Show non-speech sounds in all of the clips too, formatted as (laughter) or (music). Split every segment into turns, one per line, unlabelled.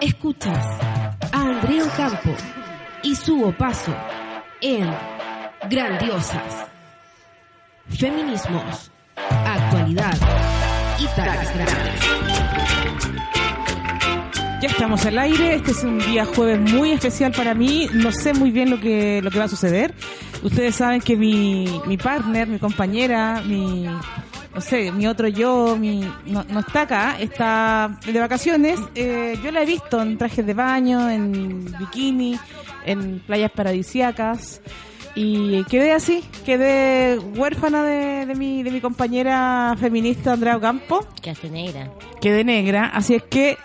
escuchas a Andreu Campo y su opaso en Grandiosas. Feminismos, actualidad y tareas grandes.
Ya estamos al aire, este es un día jueves muy especial para mí, no sé muy bien lo que, lo que va a suceder. Ustedes saben que mi, mi partner, mi compañera, mi, no sé, mi otro yo, mi, no, no está acá, está de vacaciones. Eh, yo la he visto en trajes de baño, en bikini, en playas paradisiacas. Y quedé así, quedé huérfana de, de, mi, de mi compañera feminista Andrea Campo.
Quedaste negra.
Quedé negra, así es que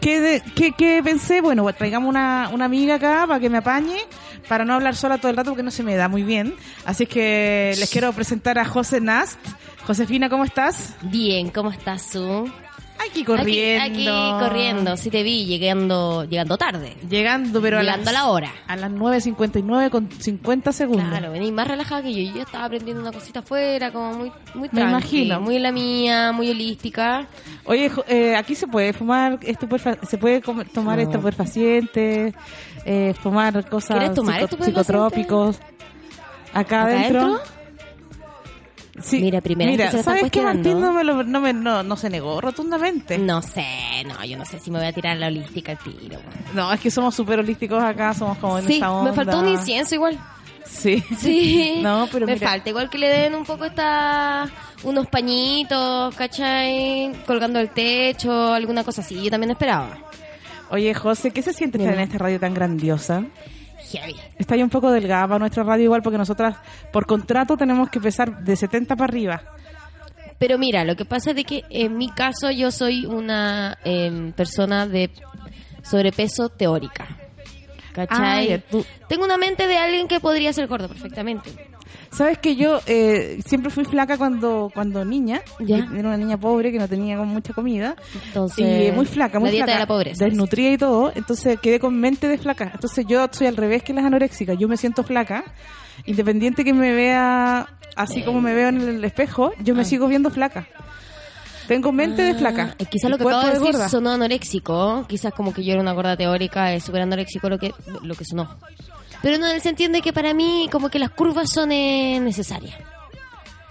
¿Qué, de, qué, ¿qué, pensé? Bueno, pues, traigamos una, una, amiga acá para que me apañe, para no hablar sola todo el rato porque no se me da muy bien. Así es que les quiero presentar a José Nast. Josefina, ¿cómo estás?
Bien, ¿cómo estás, Su?
Aquí corriendo.
Aquí, aquí, corriendo, sí te vi llegando llegando tarde.
Llegando, pero
llegando
a,
las, a la hora.
A las 9.59 con 50 segundos.
Claro, venís más relajada que yo. Yo estaba aprendiendo una cosita afuera, como muy muy
tranqui, Me imagino.
Muy la mía, muy holística.
Oye, eh, aquí se puede fumar, este se puede comer, tomar no. estupefacientes, eh, fumar cosas
tomar este
psico psicotrópicos. Acá, adentro. Dentro?
Sí. Mira, primero Mira, se
¿sabes qué, Martín? No, me lo, no, me, no, no, se negó rotundamente.
No sé, no, yo no sé si me voy a tirar la holística al tiro.
No, es que somos súper holísticos acá, somos como en
sí,
esta onda.
me faltó un incienso
(laughs)
igual.
Sí.
Sí.
no, pero
me
mira.
falta. Igual que le den un poco esta... Unos pañitos, ¿cachai? Colgando el techo, alguna cosa así. Yo también esperaba.
Oye, José, ¿qué se siente estar en esta radio tan grandiosa?
Heavy.
Está ya un poco delgada para nuestra radio igual porque nosotras por contrato tenemos que pesar de 70 para arriba.
Pero mira, lo que pasa es de que en mi caso yo soy una eh, persona de sobrepeso teórica. ¿Cachai? Ah, tú... Tengo una mente de alguien que podría ser gordo perfectamente.
Sabes que yo eh, siempre fui flaca cuando cuando niña,
¿Ya?
era una niña pobre que no tenía mucha comida,
entonces
y muy flaca, muy
la dieta
flaca,
de la pobreza,
desnutrida y todo, entonces quedé con mente de flaca. Entonces yo soy al revés que las anoréxicas, yo me siento flaca, independiente que me vea así eh. como me veo en el espejo, yo me
Ah.
sigo viendo flaca. Tengo mente de flaca.
Ah, quizás lo que
cuerpo
acabo de decir
gorda.
sonó anoréxico, quizás como que yo era una gorda teórica, es súper anoréxico lo que, lo que sonó. Pero no en el sentido de que para mí como que las curvas son eh, necesarias.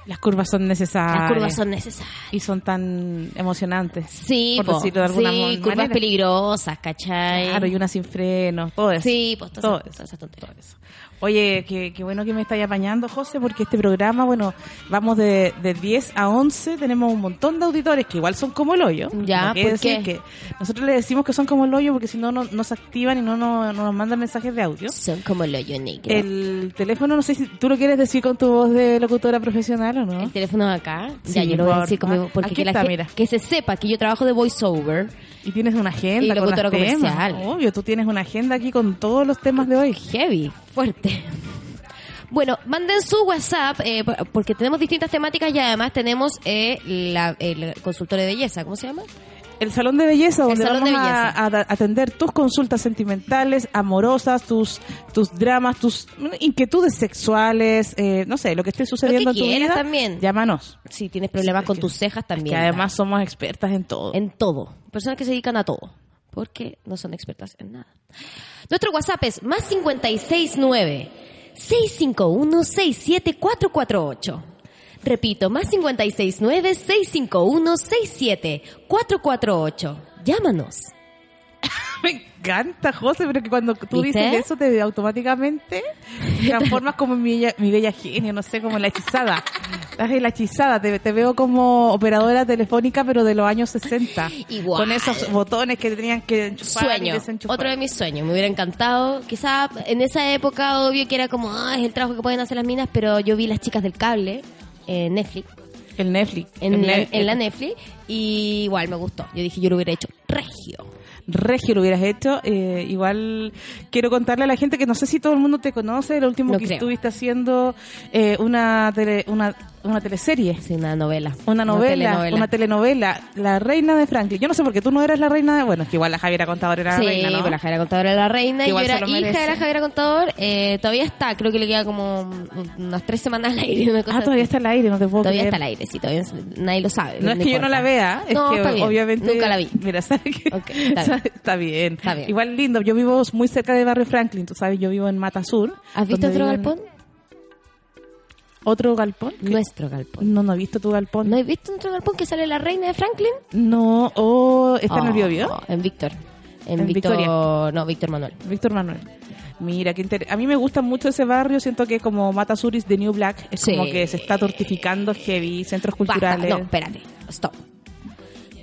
Las curvas son necesarias.
Las curvas son necesarias.
Y son tan emocionantes.
Sí,
por
po,
decirlo de alguna
sí,
mon-
curvas
manera.
peligrosas, ¿cachai?
Claro, y una sin frenos, todo eso.
Sí, pues
Todo
todas esas- todas esas tonterías.
Oye, qué, qué bueno que me estáis apañando, José, porque este programa, bueno, vamos de, de 10 a 11, tenemos un montón de auditores que igual son como el hoyo.
Ya,
No quiere
¿por qué?
decir que nosotros le decimos que son como el hoyo porque si no, no nos activan y no, no- no nos mandan mensajes de audio.
Son como el hoyo negro. El,
El teléfono, no sé si tú lo quieres decir con tu voz de locutora profesional o no.
teléfono acá.
Sí,
ya, yo lo voy a decir
porfa.
como... Porque
Aquí
que, la
está,
gen-
mira.
que se sepa que yo trabajo de voiceover.
Y tienes una agenda
Y
con
locutora
los temas.
comercial.
Obvio, tú tienes una agenda aquí con todos los temas de hoy.
Heavy, fuerte. Bueno, manden su WhatsApp eh, por- porque tenemos distintas temáticas y además tenemos eh, la, el consultorio de belleza. ¿Cómo se llama?
El salón de belleza,
El
donde
salón
vamos
de
a-
belleza.
A, da- atender tus consultas sentimentales, amorosas, tus tus dramas, tus mm, inquietudes sexuales, eh, no sé, lo que esté sucediendo en tu
quieras
vida.
también.
Llámanos.
Si tienes problemas con tus cejas
Que
también.
además somos expertas en todo.
en todo. Personas que se dedican a todo, porque no son expertas en nada. Nuestro WhatsApp es más 569 651 67448. Repito, más 569 651 67448. Llámanos.
(laughs) Me encanta, José, pero que cuando tú
¿Viste?
dices eso te
(laughs)
automáticamente transformas como en mi, bella- mi bella genio, no sé, como la hechizada. Estás en la hechizada, te, te veo como operadora telefónica, pero de los años 60.
(gasps) Igual.
Con esos botones que tenían que enchufar y
Sueño,
desenchufar.
otro de mis sueños, me hubiera encantado. Quizá en esa época, obvio que era como, ah, es el trabajo que pueden hacer las minas, pero yo vi las chicas del cable, en Netflix,
El Netflix.
en,
El
la,
Netflix.
en la Netflix y igual me gustó. Yo dije, yo lo hubiera hecho regio.
Regio lo hubieras hecho. eh, igual quiero contarle a la gente que no sé si todo el mundo te conoce. Lo último
No
que
creo.
estuviste haciendo eh, una, tele- una una teleserie.
Sí, una novela.
Una novela,
telenovela.
una telenovela, La Reina de Franklin. Yo no sé por qué tú no eras la reina de... Bueno, es que igual la Javiera Contador era
Sí,
la reina, ¿no? Ah,
pues la Javiera Contador era la reina. y Yo
Que igual
era
se lo
hija
merece.
de la Javiera Contador. Eh, todavía está, creo que le queda como un- unas tres semanas al aire. Una cosa
Ah, todavía
así.
está al aire, no te puedo
Todavía
creer.
está al aire, sí, todavía es- nadie lo sabe.
No es que yo no
importa.
la vea, es
No,
que
está bien,
obviamente...
Nunca la vi.
Mira, ¿sabes qué?
Ok, está bien.
(laughs) Está bien.
Está bien.
Igual lindo, yo vivo muy cerca de Barrio Franklin, tú sabes, yo vivo en Matasur.
¿Has visto
donde
otro
viven-
galpón?
¿Otro galpón?
Nuestro galpón.
No, no he visto tu galpón.
¿No has visto otro galpón que sale la reina de Franklin?
No, oh, está en el
Oh,
Biobío?
En Víctor. En,
En
Víctor.
Victoria.
No, Víctor Manuel.
Víctor Manuel. Mira, qué inter- a mí me gusta mucho ese barrio, siento que como Matasuris de New Black es
Sí.
como que se está tortificando heavy, centros
Basta,
culturales.
No, espérate. Stop.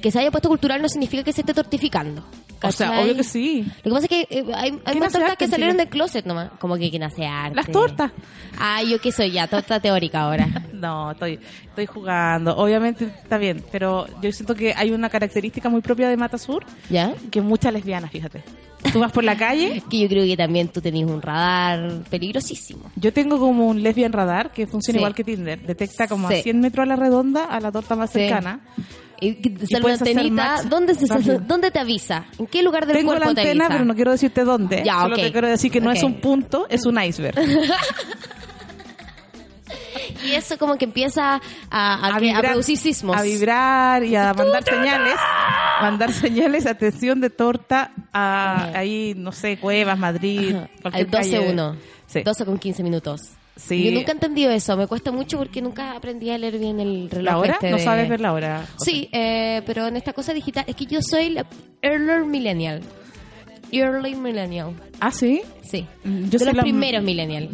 Que se haya puesto cultural no significa que se esté tortificando.
o sea,
¿cachai?
obvio que sí.
Lo que pasa es que eh, hay, hay
¿Quién
más
hace
tortas
arte
que
en
salieron
Chile?
del closet nomás. Como que quien hace arte.
Las tortas.
Ah, yo qué soy ya, torta teórica ahora.
No, estoy, estoy jugando. Obviamente está bien, pero yo siento que hay una característica muy propia de Matasur
¿Ya?
que muchas lesbianas, fíjate. Tú vas por la calle,
Que yo creo que también tú tenías un radar peligrosísimo.
yo tengo como un lesbian radar que funciona
Sí.
igual que Tinder, detecta como
Sí.
a 100 metros a la redonda a la torta más
Sí.
cercana.
Y que te
Y
sale una
puedes hacer
antenita.
match
¿Dónde, se-
rápido.
¿Dónde te avisa? ¿En qué lugar del
Tengo la
cuerpo te
antena,
avisa?
pero no quiero decirte dónde.
Ya,
Solo
ok.
te quiero decir que no
Ok.
es un punto, es un iceberg.
Y eso como que empieza a, a- que- a
vibrar-
producir sismos.
A vibrar y a mandar señales. Mandar señales, atención de torta a ahí, no sé, Cuevas, Madrid,
Ajá.
cualquier
Al
calle.
12-1.
Sí.
12 con 15 minutos.
Sí.
Yo nunca he entendido eso. Me cuesta mucho porque nunca aprendí a leer bien el reloj.
¿La hora?
este
No
de-
sabes ver la hora.
Sí, eh, pero en esta cosa digital es que yo soy la early millennial. Early millennial.
Ah, sí.
Sí.
Mm, yo
de
soy
los
la-
primeros millennial.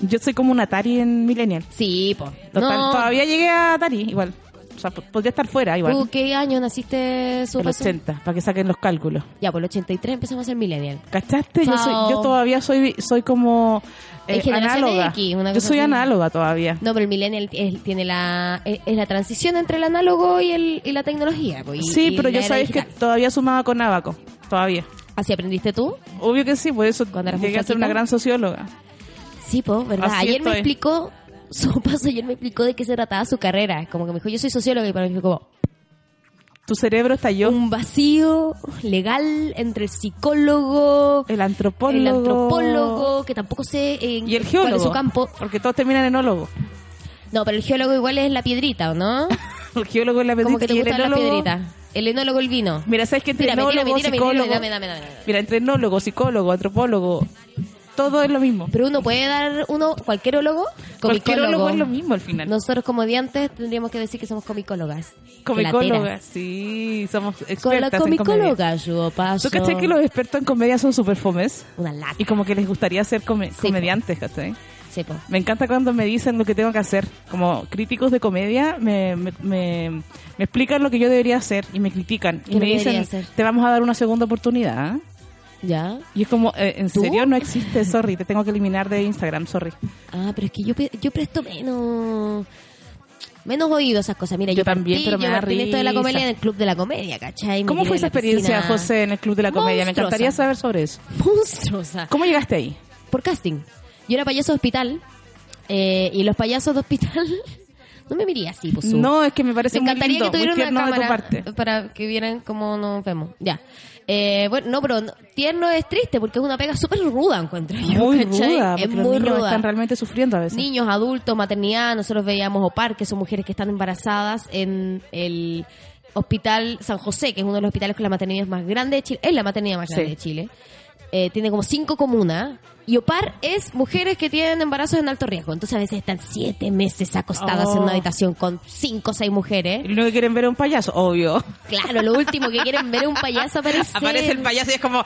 Yo soy como un Atari en Millennial.
Sí, po.
Total,
no,
todavía llegué a Atari, igual. O sea, po- podría estar fuera, igual.
¿Tú qué año naciste?
el
Supaso?
80, para que saquen los cálculos.
Ya, por el 83 empezamos a ser millennial.
¿Cachaste? Yo, soy,
Chao.
yo todavía soy soy como eh,
Es generación
análoga.
X, una
yo
cosa
soy
así.
análoga todavía.
No, pero el millennial es- tiene la es, es la transición entre el análogo y, el, y la tecnología. po, y-
sí,
y
pero
la
yo
era
sabes que
digital.
todavía sumaba con Abaco. Todavía.
¿Así aprendiste tú?
Obvio que sí, por eso
Cuando eras muy
llegué a ser
flaquita.
una gran socióloga.
Sí, po, ¿verdad?
Así
ayer me
estoy.
explicó, (laughs) su paso ayer me explicó de qué se trataba su carrera. Como que me dijo, yo soy socióloga y para mí fue como
Tu cerebro estalló.
un vacío legal entre el psicólogo,
El antropólogo.
el antropólogo, que tampoco sé eh,
Y el
cuál
geólogo.
es su campo.
Porque todos terminan enólogo.
No, pero el geólogo igual es la piedrita, ¿o
(laughs)
no?
El geólogo es la
Como
pedrita
que te
y el
gustan las
enólogo-
piedritas. El enólogo, el vino.
Mira, ¿sabes qué? Entre
Tírame,
enólogo,
tírame, tírame, tírame,
psicólogo.
dame, dame, dame, dame.
Mira, entre enólogo, psicólogo, antropólogo. Todo es lo mismo.
Pero uno puede dar, uno, cualquier ólogo,
Cualquier
comicólogo.
ólogo es lo mismo al final.
Nosotros comediantes tendríamos que decir que somos comicólogas.
Comicólogas,
Lateras.
sí, somos
Con la
expertas en comedia.
comicóloga yo paso.
¿Tú cachai que los expertos en comedia son súper fomes?
Una lata.
Y como que les gustaría ser come-
Sí.
comediantes, ¿cachai?
Sí, po.
Me encanta cuando me dicen lo que tengo que hacer. Como críticos de comedia me, me, me- me explican lo que yo debería hacer y me critican.
¿Qué
Y me
debería
dicen,
hacer?
te vamos a dar una segunda oportunidad. ¿ah?
¿Ya?
Y es como, eh, ¿en
¿Tú?
serio? No existe, sorry. Te tengo que eliminar de Instagram, sorry.
Ah, pero es que yo, pe- yo presto menos... Menos oído a esas cosas. Mira, yo,
Yo también,
partí,
pero me
yo
da
partí en esto de la
risa.
comedia en el Club de la Comedia, ¿cachai? Me
¿Cómo
tiré
fue
en
esa
la
experiencia,
piscina
José, en el Club de la Comedia? Me
monstruosa.
encantaría saber sobre eso.
Monstruosa.
¿Cómo llegaste ahí?
por casting. Yo era payaso de hospital eh, y los payasos de hospital (laughs) no me miría así, pues. su-
No, es que me
me
parece muy
encantaría
lindo,
que tuvieran
muy
una
tierno de tu
cámara
parte.
para que vieran cómo nos vemos. Ya. Eh, bueno, no, pero no- tierno es triste porque es una pega súper ruda, encuentro yo.
Muy
¿cachai?
ruda, porque
es
los
muy
niños
ruda.
están realmente sufriendo a veces.
Niños, adultos, maternidad, nosotros veíamos OPAR, que son mujeres que están embarazadas en el Hospital San José, que es uno de los hospitales con la maternidad más grande de Chile. Es la maternidad más
Sí.
grande de Chile. Eh, tiene como cinco comunas. Y OPAR es mujeres que tienen embarazos en alto riesgo. Entonces a veces están siete meses acostadas en
Oh.
una habitación con cinco o seis mujeres.
Y lo que quieren ver es un payaso, obvio.
Claro, lo último que quieren ver es un payaso aparecer.
Aparece el payaso y es como,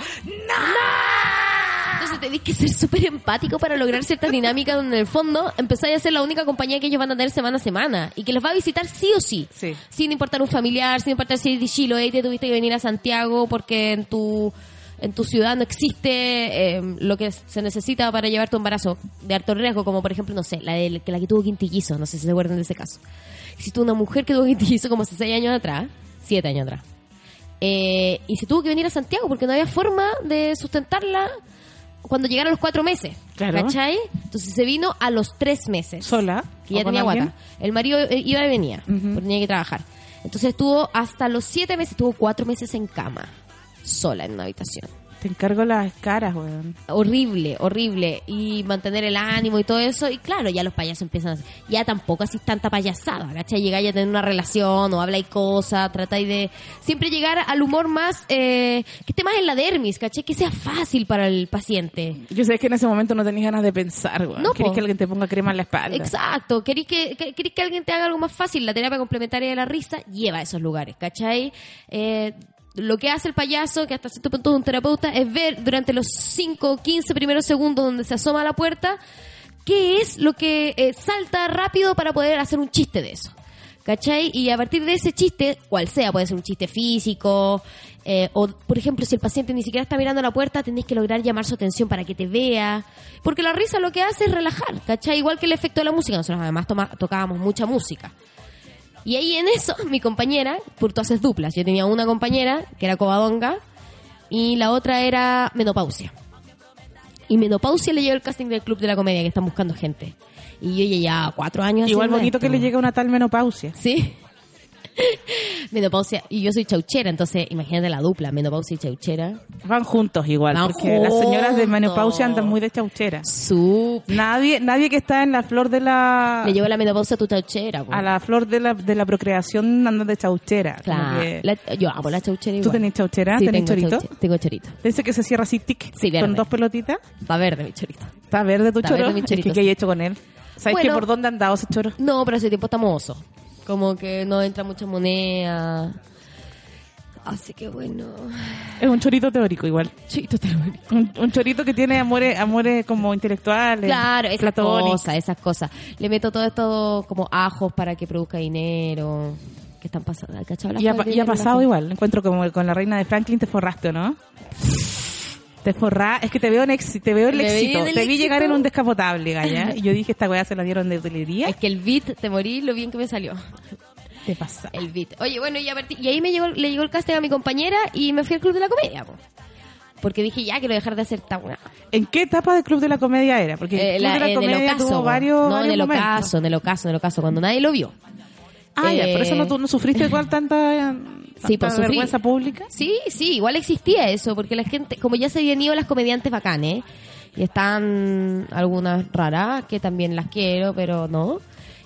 Entonces tenés que ser súper empático para lograr ciertas dinámicas donde en el fondo empezáis a ser la única compañía que ellos van a tener semana a semana y que los va a visitar sí o sí.
Sí.
Sin importar un familiar, sin importar si eres de Chiloé y te tuviste que venir a Santiago porque en tu en tu ciudad no existe eh, lo que se necesita para llevar tu embarazo de alto riesgo, como por ejemplo, no sé, la, del- que la que tuvo quintillizo, no sé si se acuerdan de ese caso. Existe una mujer que tuvo quintillizo como hace seis años atrás, siete años atrás. Eh, y se tuvo que venir a Santiago porque no había forma de sustentarla cuando llegaron los cuatro meses.
Claro.
¿Cachai? Entonces se vino a los tres meses.
Sola,
Que ya
o con
tenía guata.
alguien.
El marido eh, iba y venía,
Ujú.
porque tenía que trabajar. Entonces estuvo hasta los siete meses, estuvo cuatro meses en cama, sola en una habitación.
Te encargo las caras, weón.
Horrible, horrible. Y mantener el ánimo y todo eso. Y claro, ya los payasos empiezan a... Ya tampoco así tanta payasada, ¿cachai? Llegáis a tener una relación o habláis cosas, tratáis de... Siempre llegar al humor más... Eh, que esté más en la dermis, ¿cachai? Que sea fácil para el paciente.
Yo sé que en ese momento no tenías ganas de pensar, weón.
No,
Querés
po.
que alguien te ponga crema en la espalda.
Exacto, querís que, que- querís que alguien te haga algo más fácil, la terapia complementaria de la risa lleva a esos lugares, ¿cachai? Eh, lo que hace el payaso, que hasta cierto punto es un terapeuta, es ver durante los 5 o 15 primeros segundos donde se asoma a la puerta, qué es lo que eh, salta rápido para poder hacer un chiste de eso. ¿Cachai? Y a partir de ese chiste, cual sea, puede ser un chiste físico, eh, o por ejemplo, si el paciente ni siquiera está mirando a la puerta, tenés que lograr llamar su atención para que te vea. Porque la risa lo que hace es relajar, ¿cachai? Igual que el efecto de la música, nosotros además toma- tocábamos mucha música. Y ahí en eso, mi compañera, por tú haces duplas, yo tenía una compañera que era Covadonga y la otra era Menopausia. Y Menopausia le llegó el casting del Club de la Comedia, que están buscando gente. Y yo ya cuatro años
Igual
haciendo
bonito que
esto.
le llegue una tal menopausia.
Sí. (laughs) Menopausia. Y yo soy chauchera, entonces imagínate la dupla, menopausia y chauchera.
Van juntos igual,
Van
porque las señoras de menopausia
juntos.
andan muy de chauchera.
Su.
Nadie, nadie que está en la flor de la
Le llevo la menopausia a tu chauchera. po.
Ah. a la flor de la, de la procreación anda de chauchera. como
Claro.
que-
La- yo amo la chauchera igual.
¿Tú tenés chauchera?
Sí,
¿Tenés
tengo
chorito?
chauche- tengo chorito.
Dice que se cierra así, tic,
Sí, verde.
con dos pelotitas.
Va verde mi chorito.
Está verde tu
Está
choro.
verde mi
Es
chorito,
que, ¿Qué hay hecho con él? ¿Sabes
Bueno.
que por dónde han dado esos choros?
No, pero hace tiempo estamos oso. Como que no entra mucha moneda. Así que bueno.
Es un chorito teórico igual.
Chorito te lo
Un, un chorito que tiene amores amores como intelectuales.
Claro, esas
platónicos.
cosas, esas cosas. Le meto todo esto como ajos para que produzca dinero. Que están pasando, ¿Has cachado las
Y ha,
cosas
y
de
ha
dinero en la
pasado
gente?
igual. Encuentro como con la reina de Franklin, te forraste, ¿o ¿no? Te forraste. Es que te veo, en éxi- te veo el
Me vi
éxito.
en el
te vi
éxito.
llegar en un descapotable,
(laughs)
Gaya. Y yo dije, esta weá se la dieron de utilería.
Es que el beat, te morí lo bien que me salió.
Te pasa.
El beat. Oye, bueno, y, a partir- y ahí me llegó, le llegó el casting a mi compañera y me fui al club de la comedia. po. Porque dije, ya quiero dejar de hacer tan
¿En qué etapa del Club de la Comedia era? Porque
Eh,
el Club
la-
de la
en
Comedia
el ocaso.
tuvo varios,
no,
varios
en el
momentos.
ocaso, en el ocaso, en el ocaso, cuando nadie lo vio.
Ah, ya,
Eh,
por eso no, tú no
(laughs)
sufriste igual tanta, eh, tanta
Sí, pues, sufrí.
vergüenza pública.
Sí, sí, igual existía eso, porque la gente, como ya se habían ido las comediantes bacanes, y están algunas raras, que también las quiero, pero no.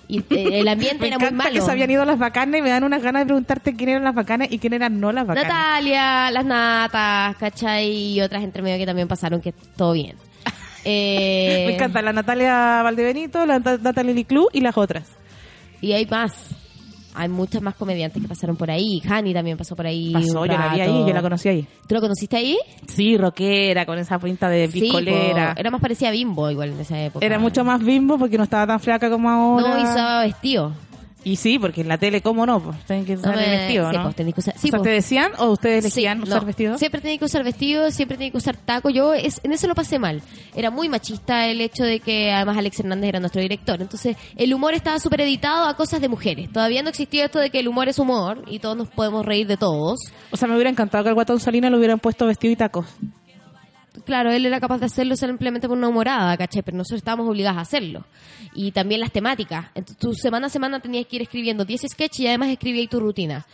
Y eh,
(laughs)
el ambiente
Me
era muy
encanta
malo.
que se habían ido las bacanas y me dan unas ganas de preguntarte quién eran las bacanas y quién eran no las bacanas.
Natalia, las natas, ¿cachai? Y otras entre medio que también pasaron que todo bien. Eh,
(laughs) Me encanta la Natalia Valdebenito, la Nat- Natalia Liclú y las otras.
Y hay más. Hay muchas más comediantes que pasaron por ahí. Hani también pasó por ahí.
Pasó,
un
yo la vi
rato.
ahí, yo la conocí ahí.
¿Tú la conociste ahí?
Sí, rockera, con esa pinta de
Sí,
piscolera.
po. era más parecida a Bimbo igual en esa época.
era mucho más bimbo porque no estaba tan flaca como ahora.
No, y estaba vestido.
Y sí, porque en la tele, ¿cómo no? Pues, tienen que usar
No
el
me-
vestido,
sí,
¿no?
pues, tenés que usar- sí,
o sea,
pues.
¿te decían o ustedes
Sí,
elegían usar
no.
vestido?
Siempre tenía que usar vestido, siempre tenía que usar taco. Yo es, en eso lo pasé mal. Era muy machista el hecho de que además Alex Hernández era nuestro director. Entonces el humor estaba súper editado a cosas de mujeres. Todavía no existía esto de que el humor es humor y todos nos podemos reír de todos.
O sea, me hubiera encantado que al guatón Salinas le hubieran puesto vestido y tacos.
Claro, él era capaz de hacerlo simplemente por una humorada, ¿cachai? Pero nosotros estábamos obligados a hacerlo. Y también las temáticas. Entonces, tú semana a semana tenías que ir escribiendo 10 sketches y además escribías tu rutina.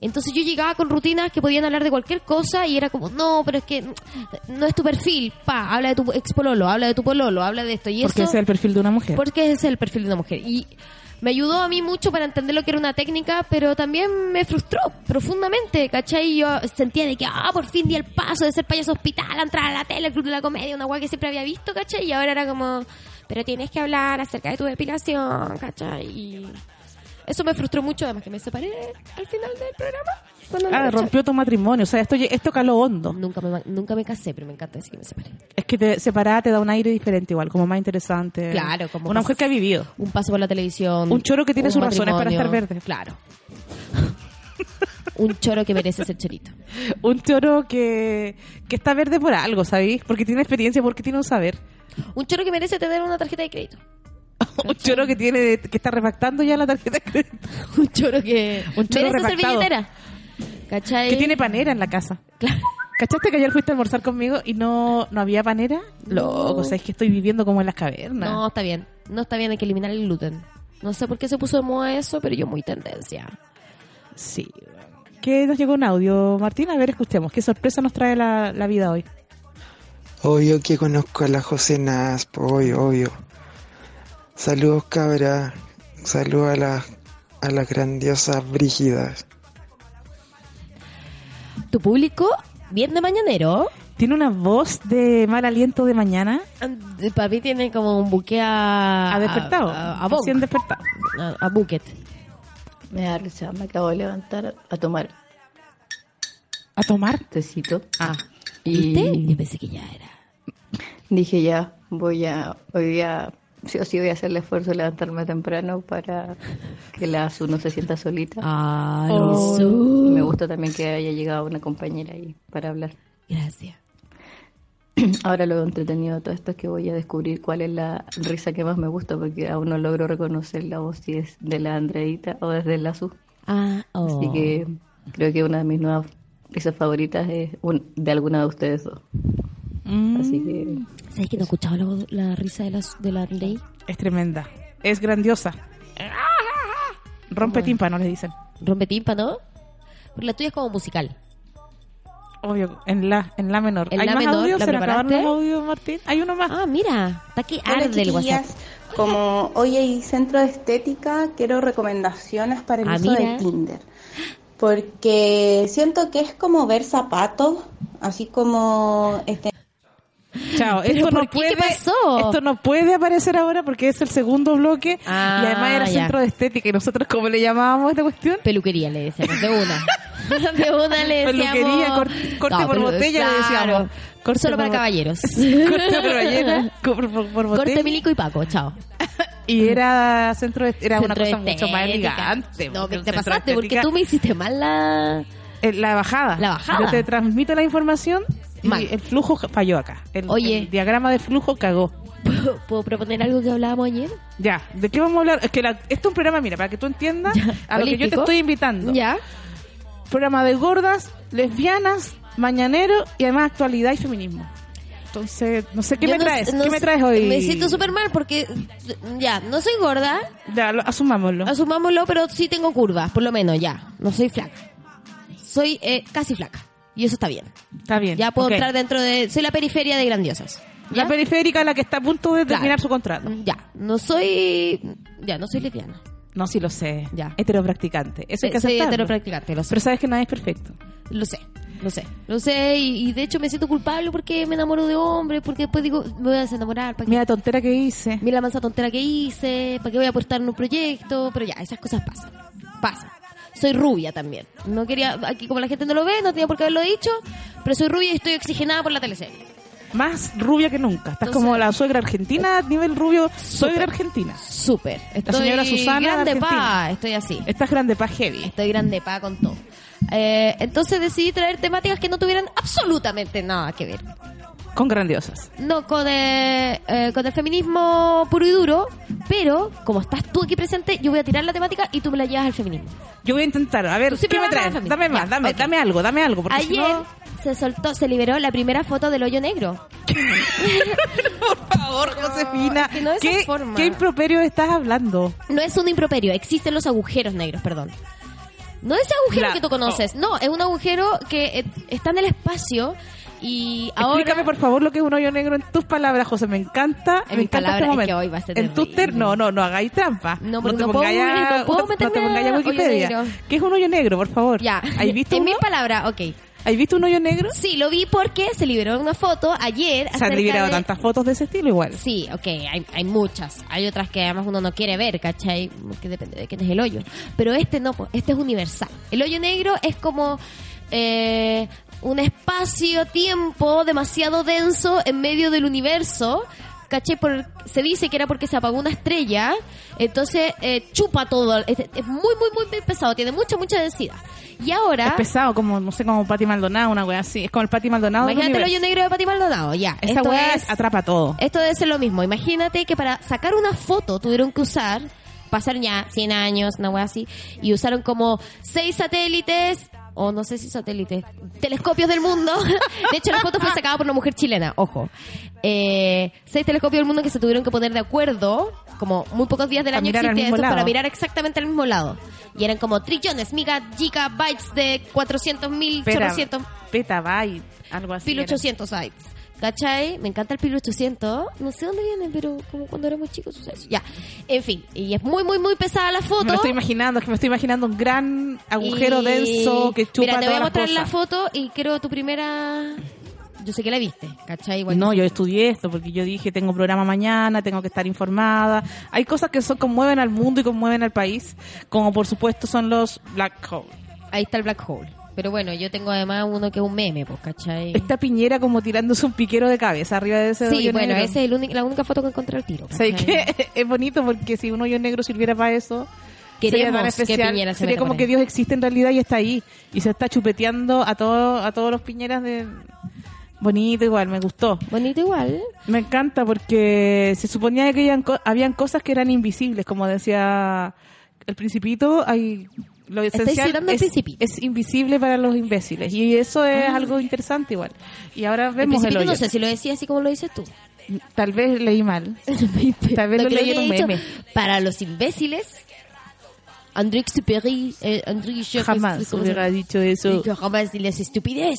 Entonces yo llegaba con rutinas que podían hablar de cualquier cosa y era como, no, pero es que no es tu perfil, pa, habla de tu ex pololo, habla de tu pololo, habla de esto y
Porque
eso.
ese es el perfil de una mujer.
Porque ese es el perfil de una mujer. Y me ayudó a mí mucho para entender lo que era una técnica, pero también me frustró profundamente, ¿cachai? Yo sentía de que, ah, por fin di el paso de ser payaso hospital, a entrar a la tele, el club de la comedia, una guay que siempre había visto, ¿cachai? Y ahora era como, pero tienes que hablar acerca de tu depilación, ¿cachai? Y eso me frustró mucho, además que me separé al final del programa. Cuando me
Ah,
cachai.
rompió tu matrimonio. O sea, esto, esto caló hondo.
Nunca me, nunca me casé, pero me encanta decir que me separé.
Es que te separada te da un aire diferente igual, como más interesante.
Claro, como
Una
más-
mujer que ha vivido.
un paso por la televisión.
Un choro que tiene
un
sus razones para
matrimonio.
estar verde.
Claro. (laughs) un choro que merece ser chorito.
Un choro que, que está verde por algo, ¿sabéis? Porque tiene experiencia, porque tiene un saber. (laughs)
Un choro que merece tener una tarjeta de crédito.
un choro que tiene que está refactando ya la tarjeta de crédito.
Un choro que
(laughs) Un choro
merece ser
repactado.
billetera. ¿Cachai?
Que tiene panera en la casa.
Claro.
¿Cachaste que ayer fuiste a almorzar conmigo y no, no había panera? Loco,
No.
o sea, es que estoy viviendo como en las cavernas.
No, está bien. No está bien, hay que eliminar el gluten. No sé por qué se puso de moda eso, pero yo muy tendencia.
Sí. ¿Qué nos llegó un audio, Martín? A ver, escuchemos. ¿Qué sorpresa nos trae la, la vida hoy?
Obvio que conozco a la José Naspo, obvio, obvio. Saludos cabra, saludos a las a las grandiosas brígidas.
Tu público, bien de mañanero.
Tiene una voz de mal aliento de mañana.
And- Eh, Para mí tiene como un buque a...
Ha despertado.
Ah, A, a, a
Recién
bonk,
despertado.
a- a bucket.
Me da risa, me acabo de levantar a tomar
A tomar.
tecito.
Ah,
Y-
¿viste? Yo pensé que ya era.
Dije ya, voy a, hoy día, sí o sí voy a hacer el esfuerzo de levantarme temprano para que la SU no se sienta solita.
Ah,
Oh.
eso.
Me gusta también que haya llegado una compañera ahí para hablar. (clears throat)
Gracias.
Ahora lo entretenido de todo esto es que voy a descubrir cuál es la risa que más me gusta, porque aún no logro reconocer la voz si es de la Andreita o desde la SU.
Ah, oh.
Así que creo que una de mis nuevas risas favoritas es un- de alguna de ustedes dos.
Mm.
Así que
¿Sabes que no he escuchado la, voz- la risa de la, de la Andrei?
Es tremenda. Es grandiosa. Rompe tímpano, le dicen.
Rompe tímpano. Porque la tuya es como musical.
Obvio, en la, en la menor.
En
¿Hay
la
más
menor,
audio?
¿la
¿Se le acabaron los
preparaste?
audios, Martín? Hay uno más.
Ah, mira. Está que
Hola,
arde el WhatsApp.
chiquillas. Como hoy hay centro de estética, quiero recomendaciones para el
Ah,
uso
mira.
de Tinder. Porque siento que es como ver zapatos, así como este,
(laughs)
Chao.
¿Pero
Esto no,
por qué?
puede,
¿Qué pasó?
esto no puede aparecer ahora porque es el segundo bloque.
Ah,
y además era
ya.
centro de estética. ¿Y nosotros cómo le llamábamos a esta cuestión?
Peluquería le decíamos, de
(laughs)
una. De una le decíamos.
Peluquería, cor- corte por
pelu-
botella le decíamos. Corte
Solo para
por-
caballeros.
(laughs) Corte
(laughs)
por ballena, por, por- por
corte
botella.
milico y paco, chao.
Y era centro de- era una
Centro
cosa
de
mucho más
estética.
elegante.
No,
porque
me
un
te
centro de
pasaste porque
estética-
tú me hiciste mal la...
Eh, La bajada.
La bajada.
Yo te transmito la información y
Mal.
el flujo falló acá. El,
Oye.
el diagrama de flujo cagó.
¿Puedo proponer algo que hablábamos ayer?
Ya, ¿de qué vamos a hablar? Es que la- esto es un programa, mira, para que tú
(laughs)
entiendas
Ya,
a lo que yo te
olímpico.
estoy invitando.
Ya.
Programa de gordas, lesbianas, mañanero y además actualidad y feminismo. Entonces, no sé qué
Yo
me
no
traes,
sé- no
qué me
sé-
traes hoy.
Me siento súper mal porque, ya, no soy gorda,
Ya, lo- asumámoslo.
asumámoslo, pero sí tengo curvas, por lo menos, ya. No soy flaca. Soy eh, casi flaca. Y eso está bien.
Está bien.
Ya puedo
ok.
entrar dentro de... Soy la periferia de grandiosas.
La periférica, la que está a punto de terminar
Claro. Mm.
su contrato.
Ya, no soy... Ya, no soy lesbiana.
No, sí lo sé.
Ya.
Heteropracticante. Eso hay que
soy
aceptarlo.
heteropracticante, lo sé.
Pero sabes que nadie es perfecto.
Lo sé, lo sé. Lo sé y, y de hecho me siento culpable porque me enamoro de hombres, porque después digo, me voy a desenamorar. ¿para qué?
Mira la tontera que hice.
Mira la mansa tontera que hice, ¿para qué voy a aportar en un proyecto? Pero ya, esas cosas pasan. Pasan. Soy rubia también. No quería, aquí como la gente no lo ve, no tenía por qué haberlo dicho, pero soy rubia y estoy oxigenada por la teleserie.
Más rubia que nunca. Estás
Entonces-
como la suegra argentina, nivel rubio, suegra argentina.
Súper. Estoy
señora Susana de
grande
Argentina.
pa, estoy así.
Estás grande pa' heavy.
Estoy grande pa con todo. Eh, entonces decidí traer temáticas que no tuvieran absolutamente nada que ver.
Con grandiosas.
No, con, eh, eh, con el feminismo puro y duro, pero como estás tú aquí presente, yo voy a tirar la temática y tú me la llevas al feminismo.
Yo voy a intentar. A ver,
Tú siempre
¿qué me
vas a
traes?
hablar,
Dame
familia.
más, dame,
Ok.
dame algo, dame algo. Porque si
Ayer
no,
se soltó, se liberó la primera foto del hoyo negro.
por favor, Josefina.
es que no de esa
¿qué,
forma.
¿Qué improperio estás hablando?
No es un improperio, existen los agujeros negros, perdón. No ese agujero
La-
que tú conoces, no, es un agujero que eh, está en el espacio y ahora...
Explícame, por favor, lo que es un hoyo negro en tus palabras, José. Me encanta.
En
me
mis
encanta
palabras,
este
es
momento.
que hoy va a ser
en tus
terrible.
ter- No, no, no hagáis trampa.
No, porque
te
no puedo
pongáis a-
googlear, no puedo
no te- no te
meterme
pongáis a
a hoyo
Wikipedia.
negro.
¿Qué es un hoyo negro, por favor?
Ya, (laughs)
¿Hay visto,
en
uno?
mi palabra, ok.
¿Hay visto un hoyo negro?
Sí, lo vi porque se liberó una foto ayer.
Se han
acerca
liberado
de-
tantas fotos de ese estilo igual.
Sí, ok, hay, hay muchas. Hay otras que además uno no quiere ver, ¿cachai? Que depende de quién es el hoyo. Pero este no, pues, este es universal. El hoyo negro es como eh, un espacio-tiempo demasiado denso en medio del universo. ¿Cachai? Por, se dice que era porque se apagó una estrella, entonces eh, chupa todo. Es, es muy, muy, muy pesado, tiene mucha, mucha densidad. Y ahora...
Es pesado, como, no sé, como Pati Maldonado, una wea así. Es como el Pati Maldonado. del
Imagínate el hoyo
universo.
negro de Pati Maldonado, ya.
Esa
esto
wea
es,
atrapa todo.
esto debe ser lo mismo. Imagínate que para sacar una foto tuvieron que usar, pasaron ya 100 años, una wea así, y usaron como seis satélites o no sé si satélite, telescopios del mundo. (laughs) De hecho, la foto fue sacada por una mujer chilena, ojo. Eh, seis telescopios del mundo que se tuvieron que poner de acuerdo, como muy pocos días del
Para
año
mirar al
existe
mismo
eso,
lado.
para mirar exactamente al mismo lado. Y eran como trillones, migas, gigabytes de 400 mil,
Pera-
800,
petabyte, algo así.
pil
era.
800 bytes. ¿Cachai? Me encanta el pil 800. No sé dónde viene, pero como cuando éramos chicos, suceso. Ya. En fin. Y es muy, muy, muy pesada la foto.
Me lo estoy imaginando, es que me estoy imaginando un gran agujero
Y-
denso que chupa
Mira, te voy a
todas las
mostrar la
cosas.
foto y creo tu primera... Yo sé que la viste, ¿cachai? Igual
No, yo estudié esto porque yo dije, tengo programa mañana, tengo que estar informada. Hay cosas que son conmueven al mundo y conmueven al país, como por supuesto son los black holes.
Ahí está el black hole. Pero bueno, yo tengo además uno que es un meme, pues, ¿cachai?
Esta piñera como tirándose un piquero de cabeza arriba de ese
Sí,
hoyo
bueno,
negro.
esa es el único- la única foto que encontré al tiro. ¿cachai?
¿Sabes qué? (laughs) Es bonito porque si un hoyo negro sirviera para eso, sería tan
Queremos que
especial.
Piñera se
sería
meta
como
con
que
él.
Dios existe en realidad y está ahí. Y se está chupeteando a, todos a todos los piñeras de... Bonito igual, me gustó.
Bonito igual.
Me encanta porque se suponía que habían, co- habían cosas que eran invisibles, como decía el principito, hay lo esencial
citando al
es,
Principito. Ah,
es invisible para los imbéciles y eso es algo interesante igual. Y ahora vemos
Al
el
principio
hoyo.
no sé si lo decía así como lo dices tú.
Tal vez
(laughs)
leí mal. Tal
No,
vez lo
creo
leí en
que
un
haya dicho,
meme.
Para los imbéciles, André Superi, eh, André Chef-
Jamás
¿cómo se
hubiera
llama?
dicho eso.
Dijo, jamás y las estupidez.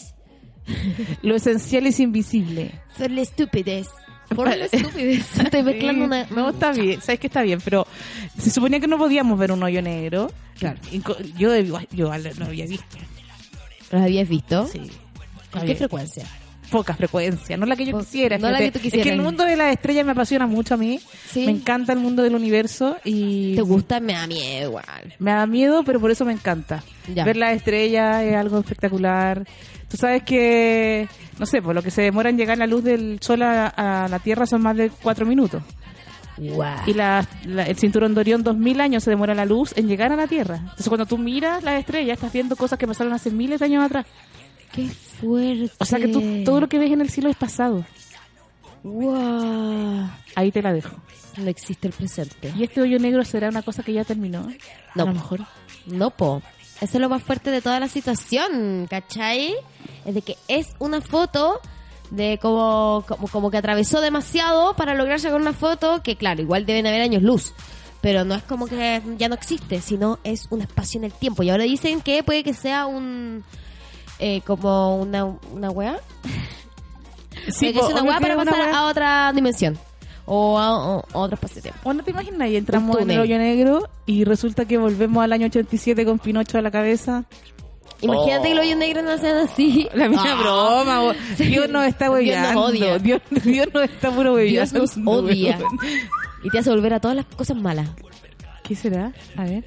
Lo esencial es invisible.
Son la estupidez. Por la
(laughs)
estupidez. Estoy mezclando
Sí,
una.
No, está bien, sabes que está bien, pero se suponía que no podíamos ver un hoyo negro.
Claro.
Inco- Yo, igual- yo igual lo había visto.
¿Los habías visto?
Sí.
¿Con qué
Había-
frecuencia?
poca frecuencia, no la que yo
Poca-
quisiera.
no la
fíjate.
que tú quisieras.
Es que el mundo de las estrellas me apasiona mucho a mí.
Sí.
Me encanta el mundo del universo y
¿Te gusta? Me da miedo igual.
me da miedo, pero por eso me encanta.
Ya.
Ver las estrellas es algo espectacular. Tú sabes que, no sé, por lo que se demora en llegar la luz del sol a, a la Tierra son más de cuatro minutos.
Guau.
Y la- la- el cinturón de Orión, dos mil años se demora la luz en llegar a la Tierra. Entonces cuando tú miras las estrellas, estás viendo cosas que pasaron hace miles de años atrás.
Qué fuerte.
O sea que tú, todo lo que ves en el cielo es pasado.
Guau.
Ahí te la dejo.
No existe el presente.
¿Y este hoyo negro será una cosa que ya terminó?
No.
A lo mejor.
No, po. Eso es lo más fuerte de toda la situación, ¿cachai? Es de que es una foto de como, como, como que atravesó demasiado para lograr sacar una foto que, claro, igual deben haber años luz. Pero no es como que ya no existe, sino es un espacio en el tiempo. Y ahora dicen que puede que sea un... eh, como una, una weá. Puede que
po,
sea una
obvio
weá
que
para
una
pasar
weá.
a otra dimensión. O a, o- a otro espacio-tiempo.
¿O Oh, no te imaginas? Y entramos
Un
en el
túnel.
hoyo negro y resulta que volvemos al año 87 con Pinocho a la cabeza.
Imagínate que los hoyos negros no sean así. (laughs)
La misma
Ah.
broma. bo-
Sí.
Dios nos está
Dios nos
hueveando.
odia.
Dios, Dios nos está puro
Dios
hueveando.
nos odia.
weón.
Y te hace volver a todas las cosas malas.
¿Qué será? A ver.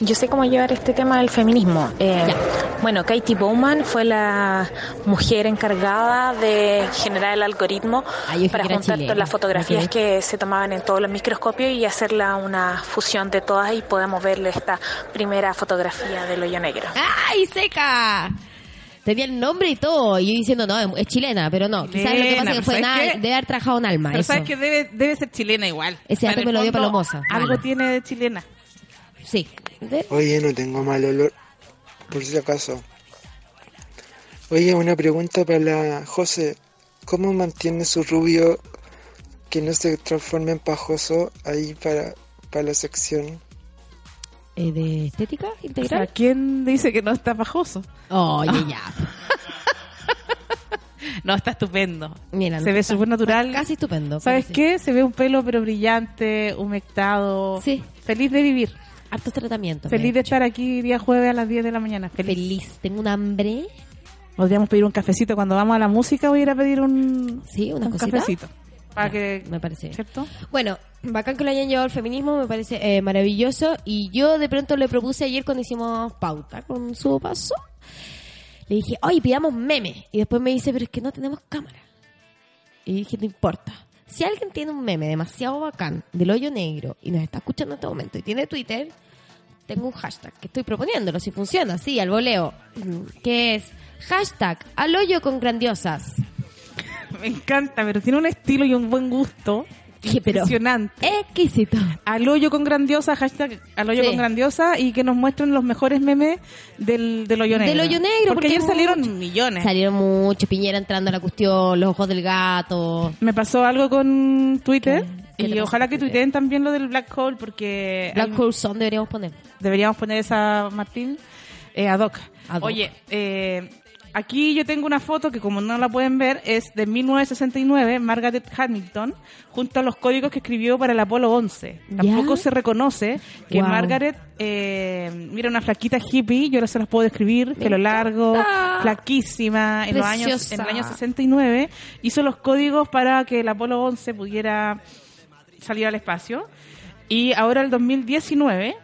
Yo sé cómo llevar este tema del feminismo. Eh,
Ya.
bueno, Katie Bowman fue la mujer encargada de generar el algoritmo
Ah, yo dije
para
que era
juntar
chilena.
todas las fotografías
Ok.
que se tomaban en todos los microscopios y hacerla una fusión de todas y podemos ver esta primera fotografía del hoyo negro.
¡Ay, seca! Tenía el nombre y todo. Y yo diciendo, no, es chilena, pero no. Quizás lo que
Chilena,
pasa es que
pero
fue
¿sabes
nada,
qué?
debe haber trabajado un alma.
Pero
eso.
sabes que debe, debe ser chilena igual.
Ese dato
En el
me lo dio
fondo,
Palomosa.
Algo
Malo.
tiene de chilena.
Sí. De-
Oye, no tengo mal olor, por si acaso. Oye, una pregunta para la José. ¿Cómo mantiene su rubio que no se transforme en pajoso ahí para, para la sección?
eh, de estética
O sea,
integral.
¿quién dice que no está pajoso?
Oye, ya.
No, está estupendo.
Mira,
Se ve
está-
súper natural.
está Casi estupendo.
¿Sabes
pero sí.
qué? Se ve un pelo pero brillante, humectado.
Sí.
Feliz de vivir.
Hartos tratamientos.
Feliz
mira.
de estar aquí día jueves a las 10 de la mañana. Feliz.
Feliz. Tengo un hambre.
Podríamos pedir un cafecito. Cuando vamos a la música voy a ir a pedir un,
Sí, una
un
cosita.
cafecito. Para
Ya,
que...
me parece bien.
¿Cierto?
Bueno, bacán que lo hayan llevado al feminismo, me parece eh, maravilloso. Y yo de pronto le propuse ayer cuando hicimos pauta con su paso. Le dije, oye, pidamos memes. Y después me dice, pero es que no tenemos cámara. Y dije, no importa. Si alguien tiene un meme demasiado bacán del hoyo negro y nos está escuchando en este momento y tiene Twitter, tengo un hashtag que estoy proponiéndolo, si funciona, sí, al voleo. Que es hashtag al hoyo con grandiosas. (laughs)
Me encanta, pero tiene un estilo y un buen gusto.
Dije, pero
Impresionante.
exquisito.
Al hoyo con grandiosa, hashtag al hoyo
Sí.
con grandiosa y que nos muestren los mejores memes del, del hoyo
Del
negro.
hoyo negro,
Porque,
porque
ayer
hubo
salieron
mucho.
millones.
Salieron mucho, Piñera entrando a la cuestión, los ojos del gato.
Me pasó algo con Twitter
¿Qué? ¿Qué te
y
pasó
ojalá
con
que
Twitter?
tuiteen también lo del black hole porque Eh, hay-
Black Hole Sun deberíamos poner.
deberíamos poner esa Martín eh, ad, hoc.
Ad hoc.
Oye, eh, aquí yo tengo una foto que como no la pueden ver es de 1969, Margaret Hamilton, junto a los códigos que escribió para el Apolo 11.
¿Ya?
Tampoco se reconoce que
Wow.
Margaret, eh, mira una flaquita hippie, yo ahora se las puedo describir, pelo largo, flaquísima, en, los años, en el
Preciosa.
año 69, hizo los códigos para que el Apolo 11 pudiera salir al espacio. Y ahora el 2019,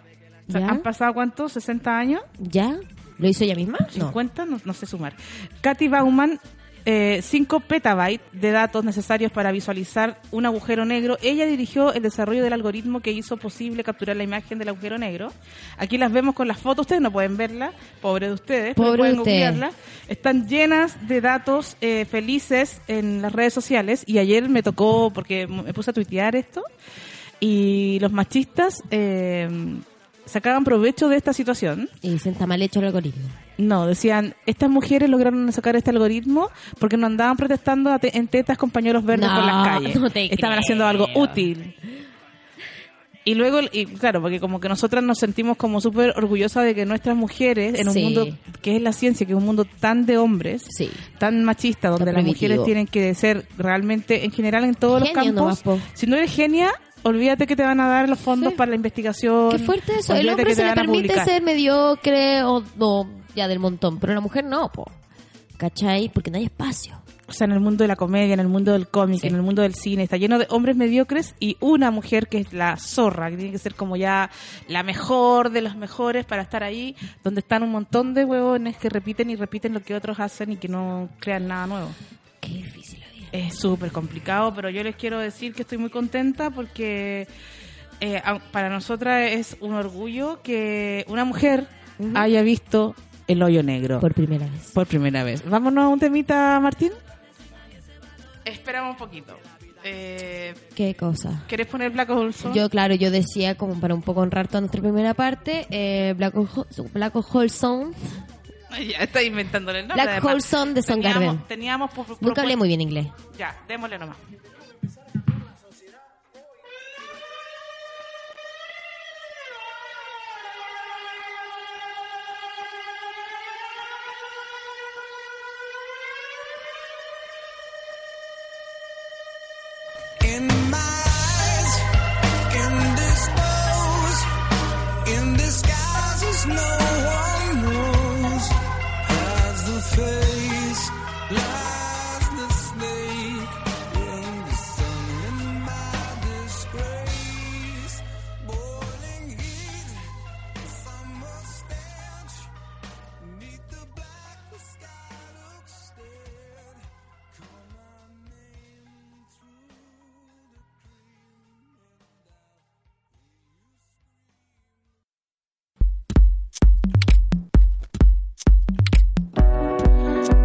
o sea,
¿Ya?
¿han pasado cuántos? ¿60 años?
¿Ya? ¿Lo hizo ella misma? No.
¿50? No, no sé sumar. Katy Bauman, eh, 5 petabytes de datos necesarios para visualizar un agujero negro. Ella dirigió el desarrollo del algoritmo que hizo posible capturar la imagen del agujero negro. Aquí las vemos con las fotos, ustedes no pueden verla, pobre de ustedes, pero
Pobre
pueden
de ustedes.
googlearla. Están llenas de datos eh, felices en las redes sociales y ayer me tocó, porque me puse a tuitear esto, y los machistas eh, sacaban provecho de esta situación.
Y dicen, está mal hecho el algoritmo.
No, decían, estas mujeres lograron sacar este algoritmo porque no andaban protestando a te- en tetas con pañuelos verdes
No,
por las calles.
no te
Estaban
creo.
haciendo algo útil. Y luego, y claro, porque como que nosotras nos sentimos como súper orgullosas de que nuestras mujeres, en un
Sí.
mundo que es la ciencia, que es un mundo tan de hombres,
Sí.
tan machista, donde las
primitivo.
mujeres tienen que ser realmente, en general, en todos los
Genio nomás,
campos.
po.
si no eres genia, olvídate que te van a dar los fondos
Sí.
para la investigación.
Qué fuerte eso. El
olvídate que
hombre
te
se le
van a
permite
publicar.
ser mediocre o, o ya del montón, pero la mujer no, po. ¿Cachai? Porque no hay espacio.
o sea, en el mundo de la comedia, en el mundo del cómic,
Sí.
en el mundo del cine, está lleno de hombres mediocres y una mujer que es la zorra, que tiene que ser como ya la mejor de los mejores para estar ahí, donde están un montón de huevones que repiten y repiten lo que otros hacen y que no crean nada nuevo.
Qué difícil la vida.
Es súper complicado, pero yo les quiero decir que estoy muy contenta porque eh, a- para nosotras es un orgullo que una mujer haya visto el hoyo negro
Por primera vez.
por primera vez. Vámonos a un temita, Martín. Esperamos un poquito. Eh,
Qué cosa.
¿Querés poner Black Hole Sun?
Yo, claro, yo decía, como para un poco honrar toda nuestra primera parte, eh, Black, Hole, Black Hole Zone.
(laughs) Ya estoy inventándole el nombre.
Black
además.
Hole Zone de Soundgarden.
Teníamos, teníamos por-
Nunca hablé
propuesta-
muy bien inglés.
Ya, démosle nomás.
In my eyes, indisposed, in disguises no one knows. Lies the face, lies the snake, in the sun, in my disgrace, boiling heat, the summer stench, neath the black, the sky looks dead. Call my name through.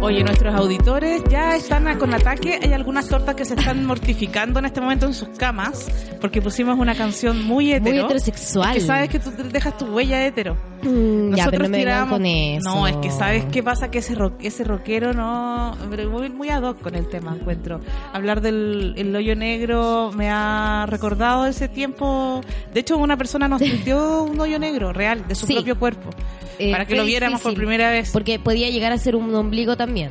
Oye, nuestros auditores ya están a- con ataque. Hay algunas tortas que
(laughs)
se están mortificando en este momento en sus camas porque pusimos una canción muy hetero.
Muy heterosexual.
Es que sabes que tú te dejas tu huella hetero.
Mm, ya,
Nosotros
pero no me vengan
tiramos-
con eso.
No, es que sabes qué pasa que ese ro- ese rockero no pero muy, muy ad hoc con el tema encuentro. Hablar del el hoyo negro me ha recordado ese tiempo. De hecho, una
(laughs)
persona nos sintió un hoyo negro real de su
Sí.
propio cuerpo
Eh,
para que
fue
lo viéramos por
difícil,
primera vez.
Porque podía llegar a ser un ombligo también.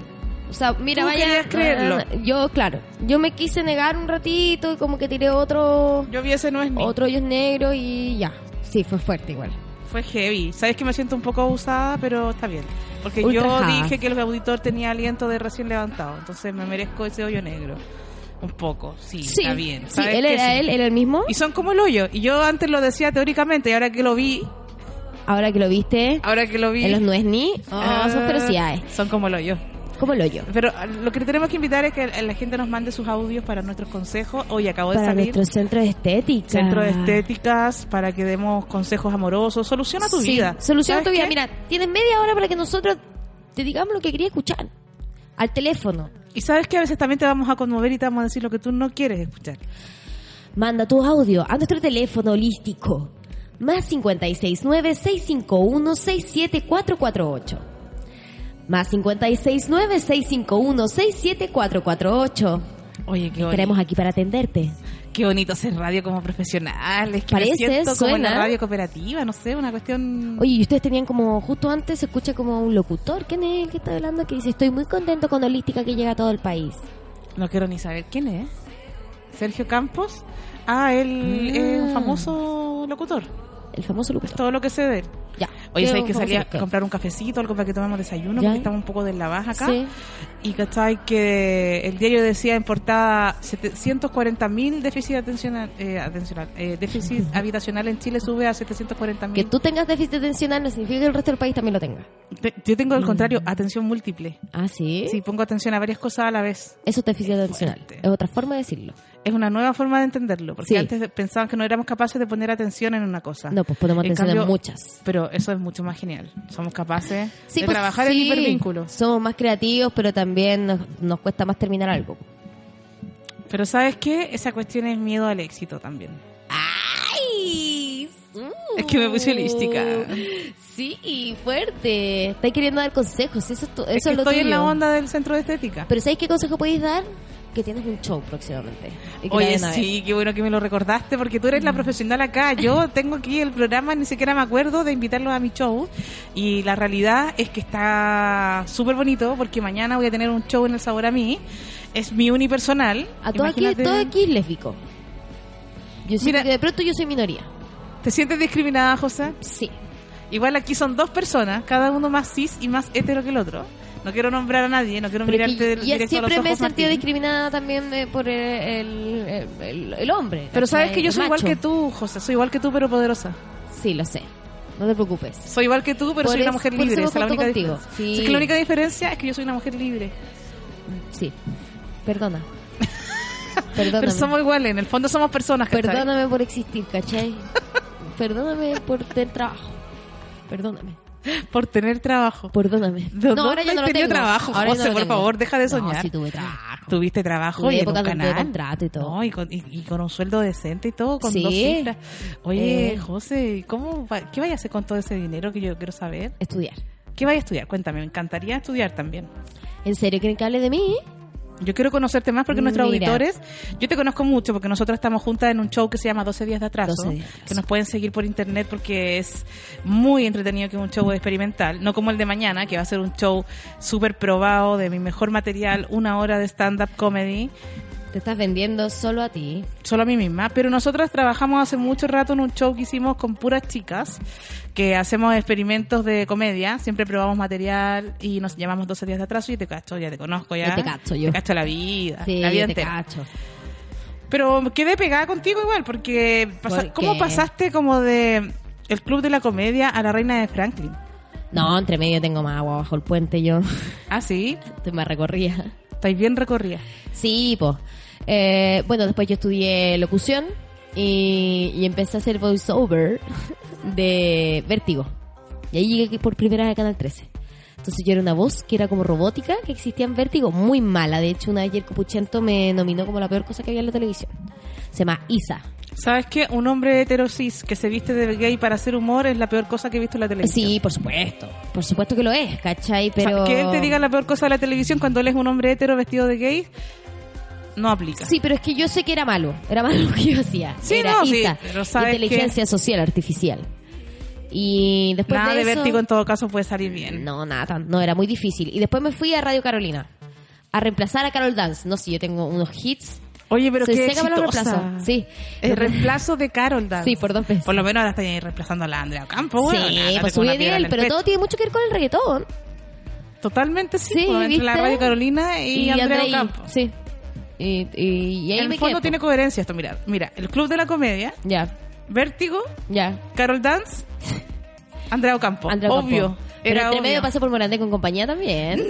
O sea, mira,
Tú
vaya. ah,
querías creerlo.
Yo, claro. Yo me quise negar un ratito y como que tiré otro.
Yo vi ese no es mío.
Otro hoyo negro y ya. Sí, fue fuerte igual.
Fue heavy. Sabes que me siento un poco abusada, pero está bien. Porque
Ultrajada.
yo dije que el auditor tenía aliento de recién levantado, entonces me merezco ese hoyo negro. Un poco, sí,
Sí,
está bien.
sí,
¿Sabes
él
que
era
sí?
él, él era el mismo.
Y son como el hoyo. Y yo antes lo decía teóricamente y ahora que lo vi,
Ahora que lo viste,
ahora que lo vi...
en los no es ni. Oh,
ah,
son ferocidades.
Son como el hoyo.
Como el hoyo.
Pero ah, lo que tenemos que invitar es que la gente nos mande sus audios para nuestros consejos. Hoy acabo de
Para Ah.
salir.
nuestro centro de estética.
Centro de estéticas para que demos consejos amorosos. Soluciona tu
Sí,
vida.
Soluciona
¿Sabes
tu vida.
qué?
Mira, tienes media hora para que nosotros te digamos lo que quería escuchar. Al teléfono.
Y sabes que a veces también te vamos a conmover y te vamos a decir lo que tú no quieres escuchar.
Manda tu audio a nuestro teléfono holístico. Más 569-651-67448. Más 569-651-67448.
Oye, qué
Estaremos
bonito,
aquí para atenderte.
qué bonito hacer radio como profesionales. Que me
Parece,
siento como en la
suena.
radio cooperativa, no sé, una cuestión...
Oye, y ustedes tenían como, justo antes se escucha como un locutor. ¿Quién es el que está hablando? Que dice, estoy muy contento con Holística que llega a todo el país.
No quiero ni saber quién es. ¿Sergio Campos? Ah, él es un
Ah.
famoso locutor.
El famoso
Es
locutor.
todo lo que sé de él.
Ya.
Oye,
Creo
sabéis que
famoso
salí a
locutor.
comprar un cafecito, algo para que tomemos desayuno,
Ya.
porque estamos un poco de la baja acá.
Sí.
Y cachai que el diario decía en portada 740.000 déficit atencional, eh, atencional, eh,
(laughs)
déficit habitacional en Chile sube a 740.000.
Que tú tengas déficit atencional no significa que el resto del país también lo tenga.
Te- Yo tengo
Mm.
al contrario, atención múltiple.
Ah, sí.
Sí, pongo atención a varias cosas a la vez.
Eso es déficit atencional.
fuerte.
Es otra forma de decirlo.
Es una nueva forma de entenderlo, porque
Sí.
antes pensaban que no éramos capaces de poner atención en una cosa.
No, pues ponemos
Ah. En
atención en
cambio,
muchas.
Pero eso es mucho más genial. Somos capaces
Sí,
de
pues,
trabajar
sí.
el hipervínculo.
Somos más creativos, pero también nos, nos cuesta más terminar algo.
Pero ¿sabes qué? Esa cuestión es miedo al éxito también.
¡Ay!
Es que me puse holística.
Mm. Sí, fuerte. Estáis queriendo dar consejos. Eso es, tu- eso
Es
es
que
lo
estoy en
tuyo.
la onda del centro de estética.
Pero ¿sabéis qué consejo podéis dar? Que tienes un show próximamente. Y que Mm.
Oye,
la vayan a ver.
sí, qué bueno que me lo recordaste, porque tú eres la profesional acá.
(laughs)
Yo tengo aquí el programa, ni siquiera me acuerdo de invitarlos a mi show. Y la realidad es que está súper bonito, porque mañana voy a tener un show en El Sabor a mí. Es mi unipersonal.
A todo aquí,
Imagínate-
todo aquí es lésbico. Yo siento
Mira-
que de pronto yo soy minoría.
¿Te sientes discriminada, José?
Sí.
Igual aquí son dos personas, cada uno más cis y más hetero que el otro. No quiero nombrar a nadie, no quiero
Pero es que
mirarte del
ya
directo a los
siempre me he
ojos,
sentido
Martín.
discriminada también eh, por eh, el, el- el- el hombre.
Pero sabes
¿cachai?
que yo
El
soy igual
macho.
que tú, José, soy igual que tú, pero poderosa.
Sí, lo sé. No te preocupes.
Soy igual que tú, pero
Por
soy una
eso-
mujer
por eso
libre.
me
esa es la
junto
única
contigo.
diferencia.
Sí.
Es que la única diferencia es que yo soy una mujer libre.
Sí. Perdona. Perdóname.
(laughs) Pero somos iguales, en el fondo somos personas. ¿cachai?
Perdóname por existir, ¿cachai? Perdóname por tener trabajo. Perdóname.
Por tener trabajo. (laughs)
Perdóname.
¿De
No, ahora
dónde
yo no lo
has tenido
tengo.
trabajo,
Ahora yo
José?
no lo
por
tengo.
favor, deja de
No,
soñar.
sí tuve trabajo.
Tuviste trabajo
Tuve
y en un
épocas donde
canal.
contrato y todo.
No, y con, y- y con un sueldo decente y todo, con
Sí.
dos cifras. Oye,
Eh.
José, ¿cómo va- ¿qué vaya a hacer con todo ese dinero que yo quiero saber?
Estudiar.
¿Qué vaya a estudiar? Cuéntame, me encantaría estudiar también.
¿En serio quieren que hable de mí?
Yo quiero conocerte más porque nuestros
Mira.
auditores, yo te conozco mucho porque nosotros estamos juntas en un show que se llama 12 días de atraso,
12 días de atraso.
que nos pueden seguir por internet porque es muy entretenido que es un show experimental, no como el de mañana, que va a ser un show súper probado de mi mejor material, una hora de stand-up comedy,
Te estás vendiendo solo a ti.
solo a mí misma, pero nosotras trabajamos hace mucho rato en un show que hicimos con puras chicas, que hacemos experimentos de comedia, siempre probamos material y nos llamamos 12 días de atraso y te cacho, ya te conozco, ya
Ya te cacho yo.
Te cacho la vida,
Sí,
la vida
te
entera.
cacho.
Pero quedé pegada contigo igual, porque pasa-
¿Por
¿cómo
qué?
pasaste como de el club de la comedia a la reina de Franklin?
No, entre medio tengo más agua bajo el puente yo. (laughs)
Ah, sí,
Estoy más recorrida.
estáis bien recorrida.
Sí, pues. Eh, bueno, después yo estudié locución y, y empecé a hacer voiceover de Vértigo. Y ahí llegué aquí por primera vez a Canal 13. Entonces yo era una voz que era como robótica, que existía en Vértigo, muy mala. De hecho, una vez el Copuchento me nominó como la peor cosa que había en la televisión. Se llama Isa.
¿Sabes qué? Un hombre heterosis que se viste de gay para hacer humor es la peor cosa que he visto en la televisión.
Sí, por supuesto. Por supuesto que lo es, ¿cachai?
O sea,
Pero...
que él te diga la peor cosa de la televisión cuando él es un hombre hetero vestido de gay, no aplica.
Sí, pero es que yo sé que era malo. Era malo (laughs) lo que yo hacía.
Sí,
era
no, sí,
ISA,
pero sabes
inteligencia social artificial. Y después
Nada de,
pues eso, Mm,
vértigo en todo caso puede salir bien.
No, nada, tan- no era muy difícil. Y después me fui a Radio Carolina a reemplazar a Carol Dance. No sé, yo tengo unos hits.
Oye, pero
Se
qué
seca para los
exitosa.
reemplazos, sí.
El reemplazo de Carol Dance.
Sí, por dos veces.
Por lo menos ahora está ahí reemplazando a la Andrea Campo. Oh, bueno,
sí,
nada, date
pues
con
subí
una
de
piedra en
nivel,
el
pero
pecho.
todo tiene mucho que ver con el reggaetón.
Totalmente sí,
Sí,
pues, entre la
¿viste?
Radio Carolina y, Andrea
Andrei,
Campo.
Sí. Y, y- y ahí
en
me
el fondo
quedé,
tiene coherencia esto, mira. Mira, el Club de la Comedia,
po. Ya,
Vértigo,
ya.
Carol Dance, Andrea Ocampo.
Andrea Ocampo.
obvio.
Pero
Era
entre medio
obvio.
pasé por Morandé con compañía también. Sí,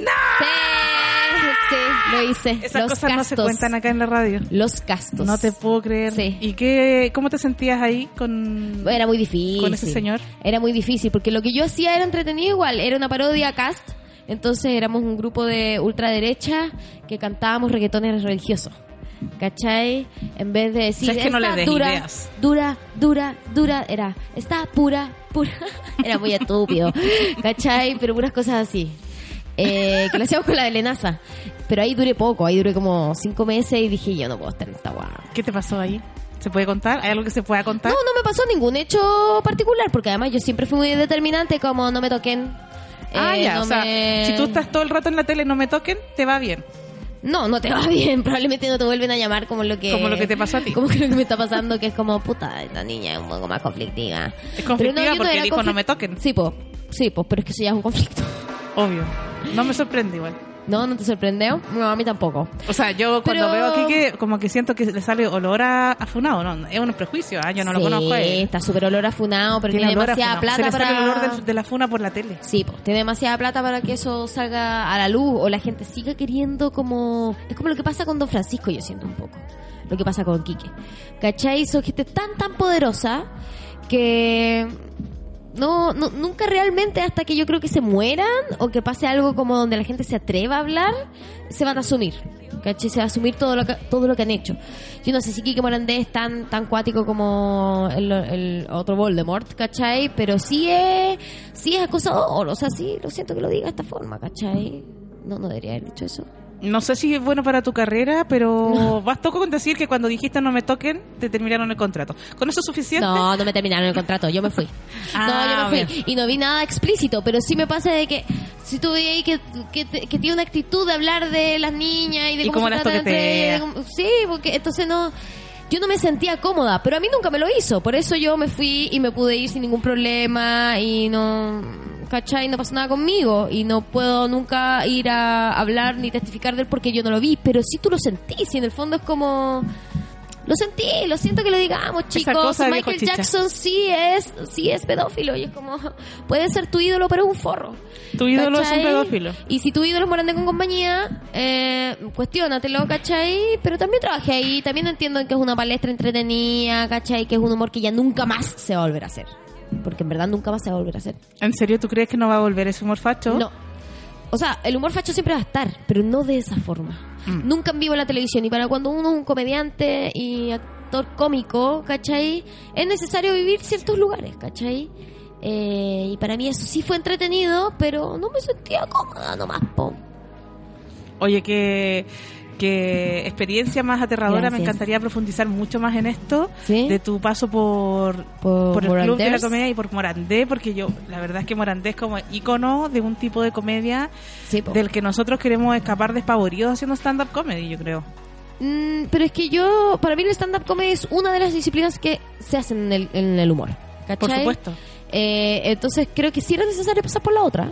sí, lo hice.
Esas
Los
cosas no se
gastos.
cuentan acá en la radio.
Los gastos.
No te puedo creer.
Sí.
¿Y qué, cómo te sentías ahí con...?
Era muy difícil.
Con ese señor.
Era muy difícil, porque lo que yo hacía era entretenido igual. Era una parodia cast. Entonces éramos un grupo de ultraderecha que cantábamos reggaetones religiosos. ¿Cachai? En vez de decir,
Sabes que no
"Esta
le des
dura,
ideas".
dura, dura, dura, era, está pura, pura. (laughs) Era muy estúpido, ¿cachai? Pero puras cosas así. Eh, que lo hacíamos con la de Lenaza. Pero ahí duré poco, ahí duré como cinco meses y dije, yo no puedo estar en esta guagua.
¿Qué te pasó ahí? ¿Se puede contar? ¿Hay algo que se pueda contar?
No, no me pasó ningún hecho particular, porque además yo siempre fui muy determinante, como no me toquen.
ah,
eh,
ya,
no
o sea,
me-
si tú estás todo el rato en la tele y no me toquen, te va bien.
No, no te va (laughs) bien, probablemente no te vuelven a llamar como lo que...
Como lo que te pasó a ti.
Como que lo que me está pasando, que es como, puta, esta niña es un poco más conflictiva.
Es conflictiva
yo
porque
era
dijo,
conflict-
"No me toquen".
Sí, pues, sí, po, pero es que eso ya es un conflicto. (laughs)
Obvio. No me sorprende igual.
No, no te sorprendió. No, a mí tampoco.
O sea, yo
Pero-
cuando veo aquí que como que siento que le sale olor a, a funado, ¿no? Es un prejuicio, ¿ah? Yo no lo
Sí,
conozco a él.
está súper olor a funado, pero tiene,
olor a
demasiada
funado.
plata
Se le
para...
sale el olor del- de la funa por la tele.
Sí, pues, tiene demasiada plata para que eso salga a la luz o la gente siga queriendo como... Es como lo que pasa con Don Francisco, yo siento un poco. Lo que pasa con Quique. ¿Cachai? Son gente tan, tan poderosa que... No, no, nunca realmente hasta que yo creo que se mueran o que pase algo como donde la gente se atreva a hablar, se van a asumir. ¿Cachai? Se va a asumir todo lo que, todo lo que han hecho. Yo no sé si Quique Morandé es tan, tan cuático como el, el otro Voldemort, ¿cachai? Pero sí es, sí es acosador. O sea, sí, lo siento que lo diga de esta forma, ¿cachai? No, no debería haber dicho eso.
No sé si es bueno para tu carrera, pero bastó con decir que cuando dijiste no me toquen, te terminaron el contrato. ¿Con eso es suficiente?
No, no me terminaron el contrato, yo me
(laughs)
fui.
Ah,
no, yo me fui. Y no vi nada explícito, pero sí me pasa de que si tú veis ahí que, que, te- que tiene una actitud de hablar de las niñas y de
Y
cómo
cómo
se
las
tratan entre
toquetea.
ellas, de cómo- Sí, porque entonces no. Yo no me sentía cómoda, pero a mí nunca me lo hizo. Por eso yo me fui y me pude ir sin ningún problema y no. ¿Cachai? No pasó nada conmigo y no puedo nunca ir a hablar ni testificar de él porque yo no lo vi, pero sí tú lo sentís y en el fondo es como. Lo sentí, lo siento que lo digamos, chicos.
cosa de viejo
Michael
chicha.
Jackson sí es, sí es pedófilo. Y es como, puede ser tu ídolo, pero es un forro.
Tu ídolo
¿Cachai?
es un pedófilo.
Y si tu ídolo es Morandé con compañía, eh, cuestiónatelo, ¿cachai? Pero también trabajé ahí, también entiendo que es una palestra entretenida, ¿cachai? Que es un humor que ya nunca más se va a volver a hacer. Porque en verdad nunca más se va a volver a hacer.
¿En serio tú crees que no va a volver ese humor facho?
No. O sea, el humor facho siempre va a estar, pero no de esa forma.
Mm.
Nunca en vivo en la televisión. Y para cuando uno es un comediante y actor cómico, ¿cachai? Es necesario vivir ciertos lugares, ¿cachai? Eh, y para mí eso sí fue entretenido, pero no me sentía cómoda nomás, po.
Oye, qué, qué experiencia más aterradora. Me
Gracias. ¿Eh?
encantaría profundizar mucho más en esto.
¿Sí?
De tu paso por,
Por
por el Club de la
Moranders.
Comedia y por Morandé, porque yo, la verdad es que Morandé es como ícono de un tipo de comedia
Sí, po.
del que nosotros queremos escapar despavoridos haciendo stand-up comedy, yo creo.
Mm, pero es que yo, para mí el stand-up comedy es una de las disciplinas que se hacen en el, en el humor. ¿cachai?
Por supuesto.
Eh, entonces creo que sí era necesario pasar por la otra.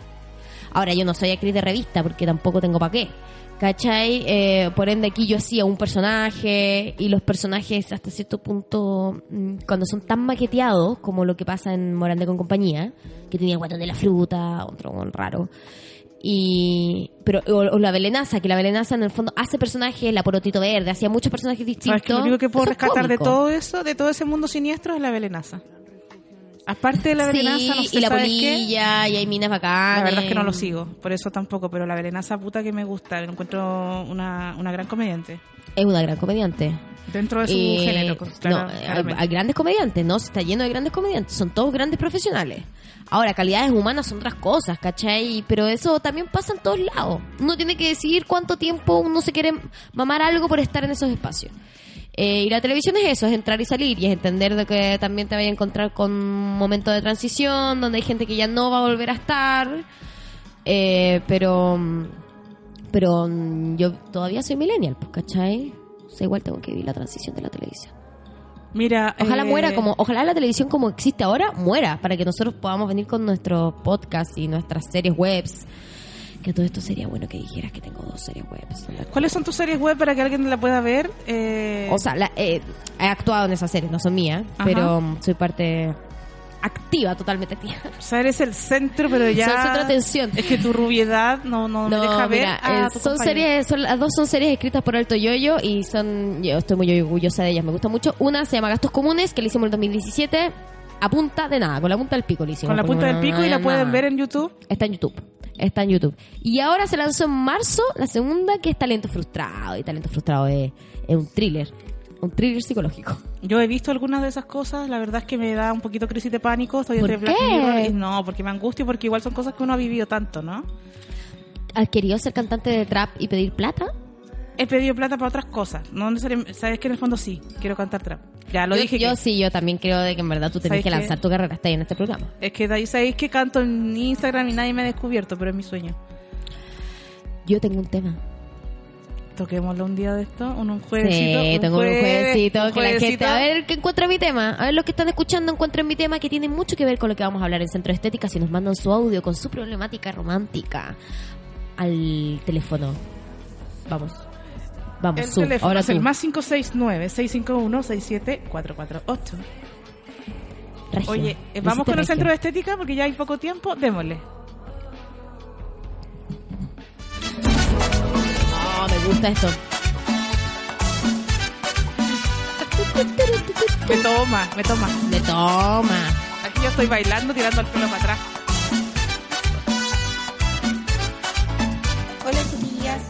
Ahora yo no soy actriz de revista porque tampoco tengo pa' qué. ¿Cachai? Eh, por ende aquí yo hacía un personaje y los personajes hasta cierto punto, mm, cuando son tan maqueteados como lo que pasa en Morandé con compañía, que tenía el guatón de la fruta, otro guatón raro, y pero o, o la belenaza que la belenaza en el fondo hace personajes la porotito verde hacía muchos personajes distintos
Sabes que lo único que puedo
Eso es
rescatar de
cómico.
todo eso, de todo ese mundo siniestro, es la belenaza. Aparte de la belenaza,
sí,
no sé,
y la eh.
¿sabes qué?
polilla y hay minas bacanas
La verdad es que no lo sigo, por eso tampoco, pero la belenaza puta que me gusta, lo encuentro una, una gran comediante.
es una gran comediante
Dentro de su
Eh,
género, pues, claro,
no, eh, hay,
claramente.
hay grandes comediantes, ¿no? Se está lleno de grandes comediantes, son todos grandes profesionales. Ahora, calidades humanas son otras cosas, ¿cachai? Pero eso también pasa en todos lados. Uno tiene que decidir cuánto tiempo uno se quiere mamar algo por estar en esos espacios. Eh, y la televisión es eso, es entrar y salir y es entender de que también te vas a encontrar con un momento de transición donde hay gente que ya no va a volver a estar. Eh, pero mm, pero mm, yo todavía soy millennial, pues, ¿cachai? O sea, igual tengo que vivir la transición de la televisión.
Mira,
Ojalá
eh,
muera como, ojalá la televisión como existe ahora muera, para que nosotros podamos venir con nuestros podcasts y nuestras series webs. Que todo esto sería bueno que dijeras que tengo dos series webs.
¿Cuáles son tus series web para que alguien la pueda ver? Eh,
O sea, la- eh, he actuado en esas series, no son mías,
Ajá.
pero mm, soy parte activa, totalmente activa.
o sea, eres el centro, pero ya.
Soy el centro de atención.
Es que tu rubiedad no, no, me deja ver.
mira,
a
eh,
tu
son
compañero.
series, son, las dos son series escritas por Alto Yoyo y son, yo estoy muy orgullosa de ellas, me gusta mucho. Una se llama Gastos Comunes, que le hicimos en el 2017, a punta de nada, con la punta del pico le hicimos.
Con la
porque
punta del
no
pico y la
había
pueden
nada.
ver en YouTube.
Está en YouTube. Está en YouTube. Y ahora se lanzó en marzo la segunda, que es Talento Frustrado. Y Talento Frustrado es, es un thriller. Un thriller psicológico.
Yo he visto algunas de esas cosas, la verdad es que me da un poquito crisis de pánico. Estoy
¿Por
entre Black
qué?
Mirror y- No, porque me angustio, porque igual son cosas que uno ha vivido tanto, ¿no?
¿Has querido ser cantante de trap y pedir plata?
He pedido plata para otras cosas. No necesariamente. Sabes que en el fondo sí, quiero cantar trap. Ya lo
yo,
dije.
Yo
que-
sí, yo también creo de que en verdad tú tenés
¿Sabes
que
qué?
lanzar tu carrera. Está ahí en este programa.
Es que de ahí sabéis que canto en Instagram y nadie me ha descubierto, pero es mi sueño.
Yo tengo un tema.
Toquémoslo un día de esto, un, un juevesito.
Sí, tengo un
jueves,
jueguecito
un
que la gente.
juevesito.
A ver que encuentra mi tema. A ver los que están escuchando encuentren mi tema que tiene mucho que ver con lo que vamos a hablar en Centro Estética. Si nos mandan su audio con su problemática romántica al teléfono. Vamos. Vamos,
El
Su.
teléfono
Ahora
es el
tú.
más 569-651-67448.
Regio.
Oye, eh,
Lo
vamos
hiciste
con el
regio.
centro de estética porque ya hay poco tiempo. Démosle.
Ah, me gusta esto.
Me toma, me toma.
Me toma.
Aquí yo estoy bailando, tirando el pelo para atrás.
Hola chiquillas,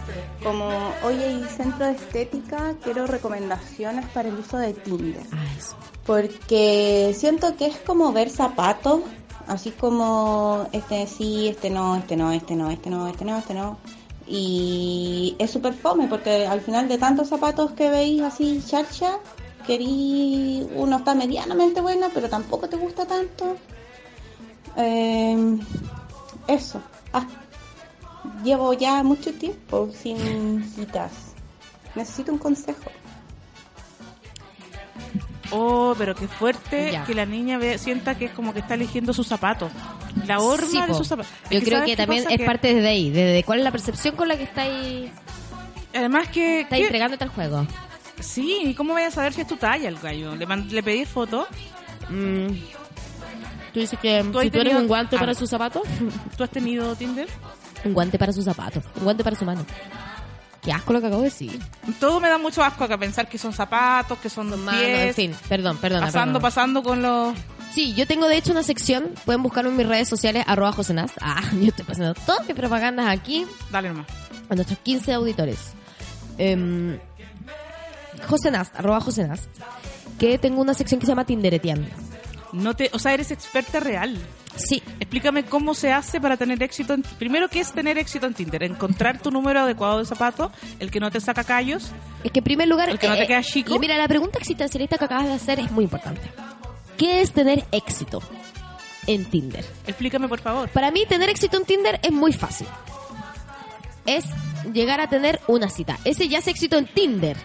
como hoy hay centro de estética, quiero recomendaciones para el uso de Tinder.
Ah, eso.
Porque siento que es como ver zapatos, así como este sí, este no, este no, este no, este no, este no, este no. Y es súper fome porque al final de tantos zapatos que veis así, charcha, querí uno está medianamente bueno, pero tampoco te gusta tanto. Eh, eso. Ah, llevo ya mucho tiempo sin citas. Necesito un consejo.
Oh, pero qué fuerte
Ya.
que la niña ve- sienta que es como que está eligiendo sus zapatos. La horma
Sí,
de
po.
sus zapatos. Es
Yo creo
¿sabes
que
qué
también
pasa?
es
Que
parte desde ahí, desde cuál es la percepción con la que estáis
Además que...
está
que-
entregándote al juego.
sí, ¿y cómo vayas a saber si es tu talla el gallo? ¿Le, man- le pedís foto?
Mm. Tú dices que
¿Tú has si tú eres tenido- un guante para
sus zapatos.
¿Tú has tenido Tinder?
Un guante para sus zapatos, un guante para su mano. Qué asco lo que acabo de decir.
Todo me da mucho asco acá pensar que son zapatos, que son
Mano, en
pies,
fin, perdón, perdón.
pasando, pasando con los...
Sí, yo tengo de hecho una sección, pueden buscarlo en mis redes sociales, arroba josenaz. Ah, (laughs) yo estoy pasando todas mis propagandas aquí
Dale nomás.
a nuestros 15 auditores. Em, Josenast, arroba Josenast, que tengo una sección que se llama Tindereteando.
No te, o sea, eres experta real.
Sí,
Explícame cómo se hace para tener éxito. En, primero, ¿qué es tener éxito en Tinder? Encontrar tu número adecuado de zapato, el que no te saca callos.
Es que en primer lugar... eh,
El que no te queda chico.
y Mira, la pregunta existencialista que acabas de hacer es muy importante. ¿Qué es tener éxito en Tinder?
Explícame, por favor.
Para mí, tener éxito en Tinder es muy fácil. Es llegar a tener una cita. Ese ya es éxito en Tinder.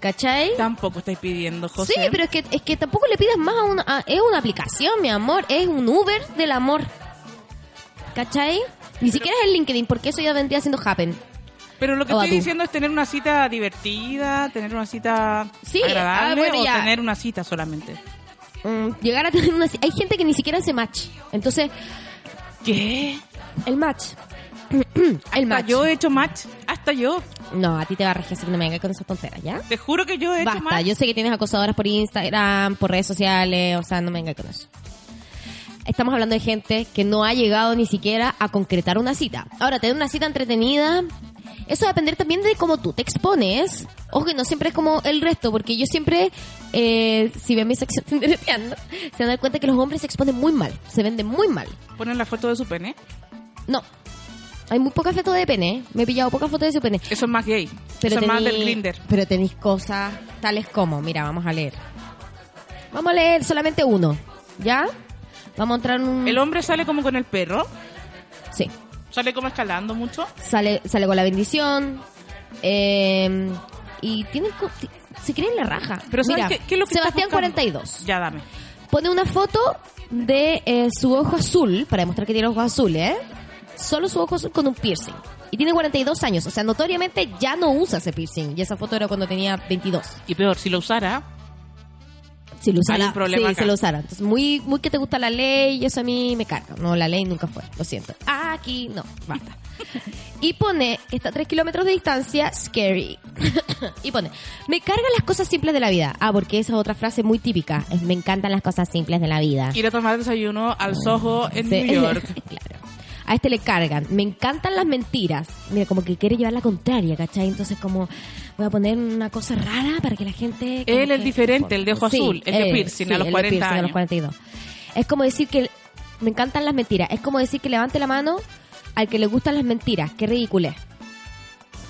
¿Cachai?
Tampoco estáis pidiendo, José.
Sí, pero es que, es que tampoco le pidas más a una... a- es una aplicación, mi amor. Es un Uber del amor. ¿Cachai? Ni siquiera es el LinkedIn, porque eso ya vendría siendo Happen.
Pero lo que
O a
estoy
tú.
diciendo es tener una cita divertida, tener una cita
Sí,
agradable
ah, bueno,
o
ya.
tener una cita solamente.
Mm, llegar a tener una cita... Hay gente que ni siquiera hace match. Entonces,
¿Qué?
el match. (clears throat) el
Hasta
match.
Ah, yo he hecho match. Hasta yo.
No, a ti te va a regir, así que no me vengas con esas tonteras, ¿ya?
Te juro que yo he hecho
Basta,
match.
yo sé que tienes acosadoras por Instagram, por redes sociales, o sea, no me vengas con eso. Estamos hablando de gente que no ha llegado ni siquiera a concretar una cita. Ahora, tener una cita entretenida, eso va a depender también de cómo tú te expones. Ojo, que no siempre es como el resto, porque yo siempre, eh, si ven mi sección (laughs) tindereteando, se dan cuenta que los hombres se exponen muy mal, se venden muy mal.
Ponen la foto de su pene.
No, hay muy pocas fotos de pene, ¿eh? me he pillado pocas fotos de su pene.
Eso es más gay.
Pero
Eso es más
tení-
del Grinder.
Pero tenéis cosas tales como, mira, vamos a leer. Vamos a leer solamente uno, ¿ya? Vamos a entrar en un...
El hombre sale como con el perro.
Sí,
Sale como escalando mucho.
sale, sale con la bendición. eh, y tienen... co- ti- Se creen la raja.
Pero ¿sabes
mira,
qué, qué es lo que
Sebastián
estás buscando?
42
Ya dame.
pone una foto de eh, su ojo azul, para demostrar que tiene ojos azules, ¿eh? Solo su ojo azul con un piercing. Y tiene 42 años, o sea, notoriamente ya no usa ese piercing. Y esa foto era cuando tenía 22.
Y peor, si lo usara,
Si lo
Hay
usara,
un problema
sí,
acá.
se lo usara. Entonces, muy, muy que te gusta la ley, y eso a mí me carga. No, la ley nunca fue, lo siento. Ah, aquí no,
(laughs)
basta. Y pone, que está a 3 kilómetros de distancia, scary. (coughs) y pone, me cargan las cosas simples de la vida. Ah, porque esa es otra frase muy típica. Es, me encantan las cosas simples de la vida.
ir a tomar desayuno al Soho
(laughs)
en
Sí.
New York.
claro. A este le cargan. Me encantan las mentiras. Mira, como que quiere llevar la contraria, ¿cachai? Entonces, como voy a poner una cosa rara para que la gente. como
Él, el
que-
diferente, el de ojo
Sí,
azul, el de
él,
piercing
sí,
a
el
los
de
40
piercing a los
años.
42. Es como decir que. Me encantan las mentiras. Es como decir que levante la mano al que le gustan las mentiras. Qué ridículo es.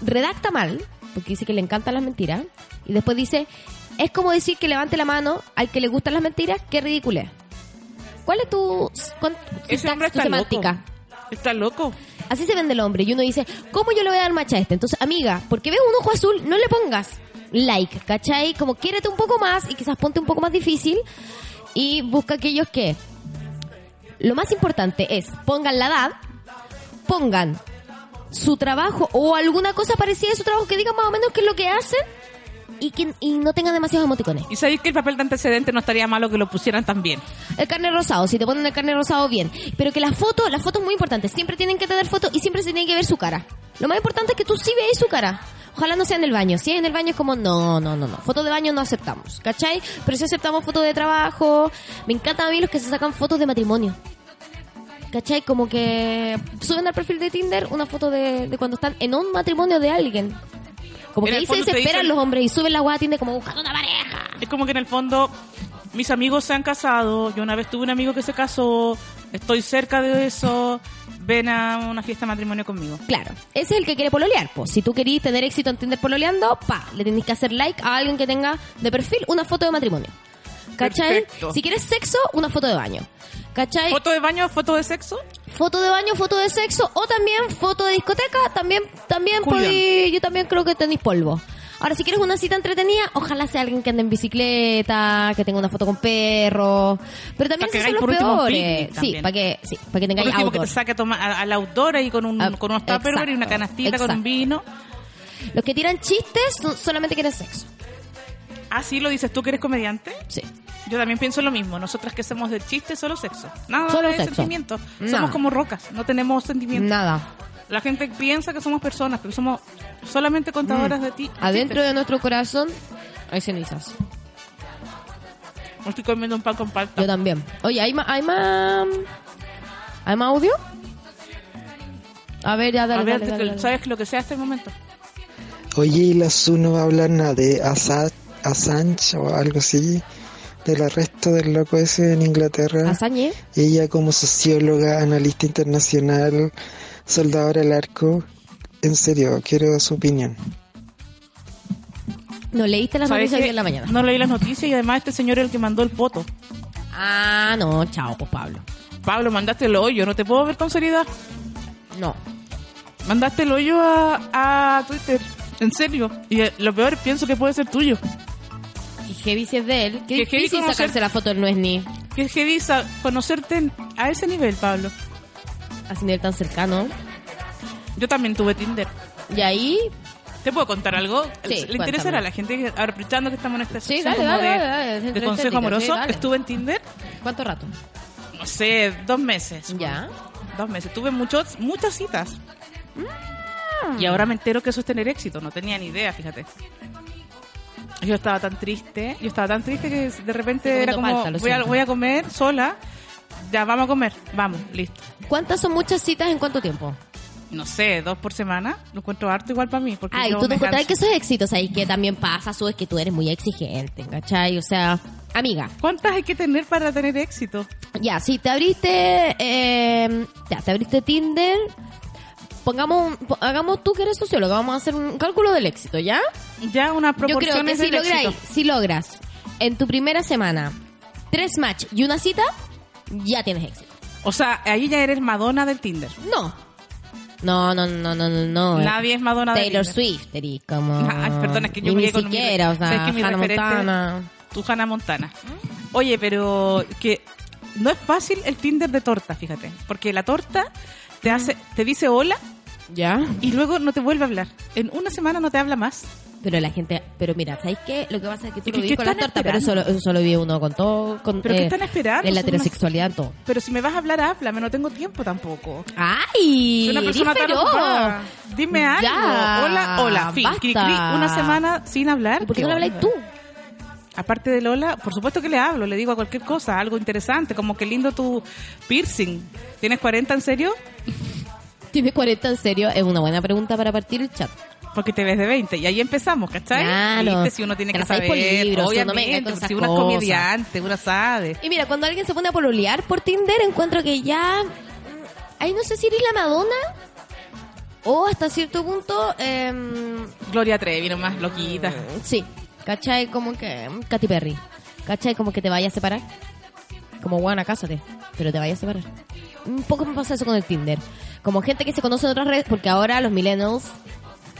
Redacta mal, porque dice que le encantan las mentiras. Y después dice. Es como decir que levante la mano al que le gustan las mentiras. Qué ridículo es. ¿Cuál es tu, cuán- tu
Ese hombre
tax- tu
está
semántica?
loco. Está loco.
Así se vende el hombre. Y uno dice, ¿cómo yo le voy a dar macha a este? Entonces, amiga, porque veo un ojo azul, no le pongas like, ¿cachai? Como quiérete un poco más y quizás ponte un poco más difícil y busca aquellos que... Lo más importante es, pongan la edad, pongan su trabajo o alguna cosa parecida a su trabajo que diga más o menos qué es lo que hacen y que y no tengan demasiados emoticones.
Y sabéis que el papel de antecedente no estaría malo que lo pusieran también.
El carne rosado, si te ponen el carne rosado, bien. Pero que la foto, la foto es muy importante. Siempre tienen que tener foto y siempre se tiene que ver su cara. Lo más importante es que tú sí veas su cara. Ojalá no sea en el baño. Si es en el baño es como, no, no, no, no. Fotos de baño no aceptamos, ¿cachai? Pero sí aceptamos fotos de trabajo. Me encantan a mí los que se sacan fotos de matrimonio. ¿Cachai? Como que suben al perfil de Tinder una foto de, de cuando están en un matrimonio de alguien. Como
En
que
el
ahí se
fondo te
desesperan
dicen-
los hombres y suben la guada a Tinder como buscando una pareja.
Es como que en el fondo mis amigos se han casado. Yo una vez tuve un amigo que se casó. Estoy cerca de eso. Ven a una fiesta de matrimonio conmigo.
Claro, ese es el que quiere pololear. Pues si tú querís tener éxito en Tinder pololeando, pa, le tenés que hacer like a alguien que tenga de perfil una foto de matrimonio. ¿Cachai?
Perfecto.
Si quieres sexo, una foto de baño. ¿Cachai?
¿Foto de baño, foto de sexo?
Foto de baño, foto de sexo o también foto de discoteca, también también
Julián.
podí- yo también creo que tenéis polvo. Ahora, si quieres una cita entretenida, ojalá sea alguien que ande en bicicleta, que tenga una foto con perro. Pero también
Pa' que
esos
hagáis
son
por
los
último un
peores.
picnic
Sí,
también.
para que, sí, para que
Por
tengáis
último, que
outdoor.
te saque a, tomar, a, a la outdoor y con, un,
Ah,
con unos tupperware y una
exacto,
canastita con
exacto.
un vino.
Los que tiran chistes son- solamente quieren sexo.
Ah, sí, lo dices tú que eres comediante.
Sí.
Yo también pienso lo mismo. Nosotras que somos del chiste, solo sexo. Nada
Solo
de
sexo.
sentimientos.
Nada.
Somos como rocas, no tenemos sentimientos.
Nada.
La gente piensa que somos personas, pero somos solamente contadoras de ti.
Mm. Adentro
chistes.
de nuestro corazón hay cenizas.
Me estoy comiendo un pan con palta.
Yo también. Oye, ¿hay más, hay más, hay más audio? A ver, ya dale,
a ver,
dale, dale,
que-
dale.
¿sabes lo que sea hasta el momento?
Oye, y la SU no va a hablar nada de Asa- Assange o algo así, del arresto del loco ese en Inglaterra.
Hazañe.
Ella como socióloga, analista internacional, soldadora al arco. En serio, quiero su opinión.
No leíste las
¿Sabes
noticias hoy
qué?
en la mañana.
No leí las noticias y además este señor es el que mandó el voto.
Ah, no, chao, pues Pablo.
Pablo, mandaste el hoyo, no te puedo ver con seriedad.
No.
Mandaste el hoyo a, a Twitter. En serio. Y eh, lo peor pienso que puede ser tuyo.
Y heavy si es de él. Qué
Que heavy
difícil
conocer-
sacarse la foto del no es ni.
Que es que dice conocerte en- a ese nivel, Pablo.
Así nivel tan cercano.
Yo también tuve Tinder.
Y ahí...
¿Te puedo contar algo?
Sí,
¿Le interesará
cuéntame.
a la gente? que- Ahora, aprovechando que estamos en esta
Sí,
sección
dale,
como
dale,
de,
dale, dale,
de
dentro
consejo
estética,
amoroso,
sí, dale.
estuve en Tinder,
¿Cuánto rato?
no sé, dos meses.
Ya.
Dos meses. Tuve muchos, muchas citas.
Mm.
Y ahora me entero que eso es tener éxito. No tenía ni idea, fíjate. Yo estaba tan triste. Yo estaba tan triste que de repente
Estoy
era
comiendo
como,
palta, lo
voy a,
siento.
voy a comer sola. Ya, vamos a comer. Vamos, listo.
¿Cuántas son muchas citas en cuánto tiempo?
No sé, dos por semana. Lo encuentro harto igual para mí. Porque
Ay,
yo
tú te
me
encontrás
canso.
que eso es éxito, ¿sabes? Que también pasa, subes que tú eres muy exigente, ¿cachai? O sea, amiga,
¿Cuántas hay que tener para tener éxito?
ya, si te abriste, eh, ya, te abriste Tinder, pongamos, un- po- hagamos tú que eres socióloga, vamos a hacer un cálculo del éxito, ¿ya?
Ya una
Yo
proporción
creo que
es
si
del
logras,
éxito.
si logras en tu primera semana tres match y una cita, ya tienes éxito.
O sea, ahí ya eres Madonna del Tinder.
No. No, no, no, no, no, no.
Nadie es Madonna del
Taylor
Tinder.
Swift, eres como...
Ay, perdona, es que yo
y ni
llegué con mi-
siquiera, o sea,
¿sabes que mi
Hannah
referente-
Montana.
Tu Hannah Montana. Oye, pero que no es fácil el Tinder de torta, fíjate. Porque la torta te hace, te dice hola
¿Ya?
y luego no te vuelve a hablar. En una semana no te habla más.
Pero la gente, pero mira, ¿sabéis qué? Lo que pasa es que tú
¿Y
lo
qué-
vivís
qué
con la
están
torta, pero eso lo, eso lo vive uno con todo, con eh,
¿Pero qué están esperando?
en la
Son unas-
heterosexualidad en todo.
Pero si me vas a hablar, háblame, no tengo tiempo tampoco.
¡Ay!
Soy una persona tan
¡Dífero!
ocupada. Dime algo.
Ya,
hola, hola. Fin.
basta.
Cri, cri, una semana sin hablar.
¿Y ¿Por qué no
Qué
lo habláis
onda.
tú?
Aparte de Lola, por supuesto que le hablo, le digo a cualquier cosa, algo interesante, como que lindo tu piercing. ¿Tienes 40 en serio?
¿Tiene 40 en serio? Es una buena pregunta para partir el chat.
Porque te ves de 20 y ahí empezamos, ¿cachai?
Claro.
Viste, Si uno tiene
Te
que
las dais
saber,
por libros, si uno me
obviamente,
venga con
si
esas
uno es
cosas.
comediante, uno sabe.
Y mira, cuando alguien se pone a pololear por Tinder, encuentro que ya. Ahí no sé si eres la Madonna o hasta cierto punto. em,
Gloria Trevi nomás, loquita.
sí, ¿cachai? Como que. mm, Katy Perry. ¿cachai? Como que te vaya a separar. Como guana, cásate, pero te vaya a separar. Un poco me pasa eso con el Tinder. Como gente que se conoce en otras redes, porque ahora los millennials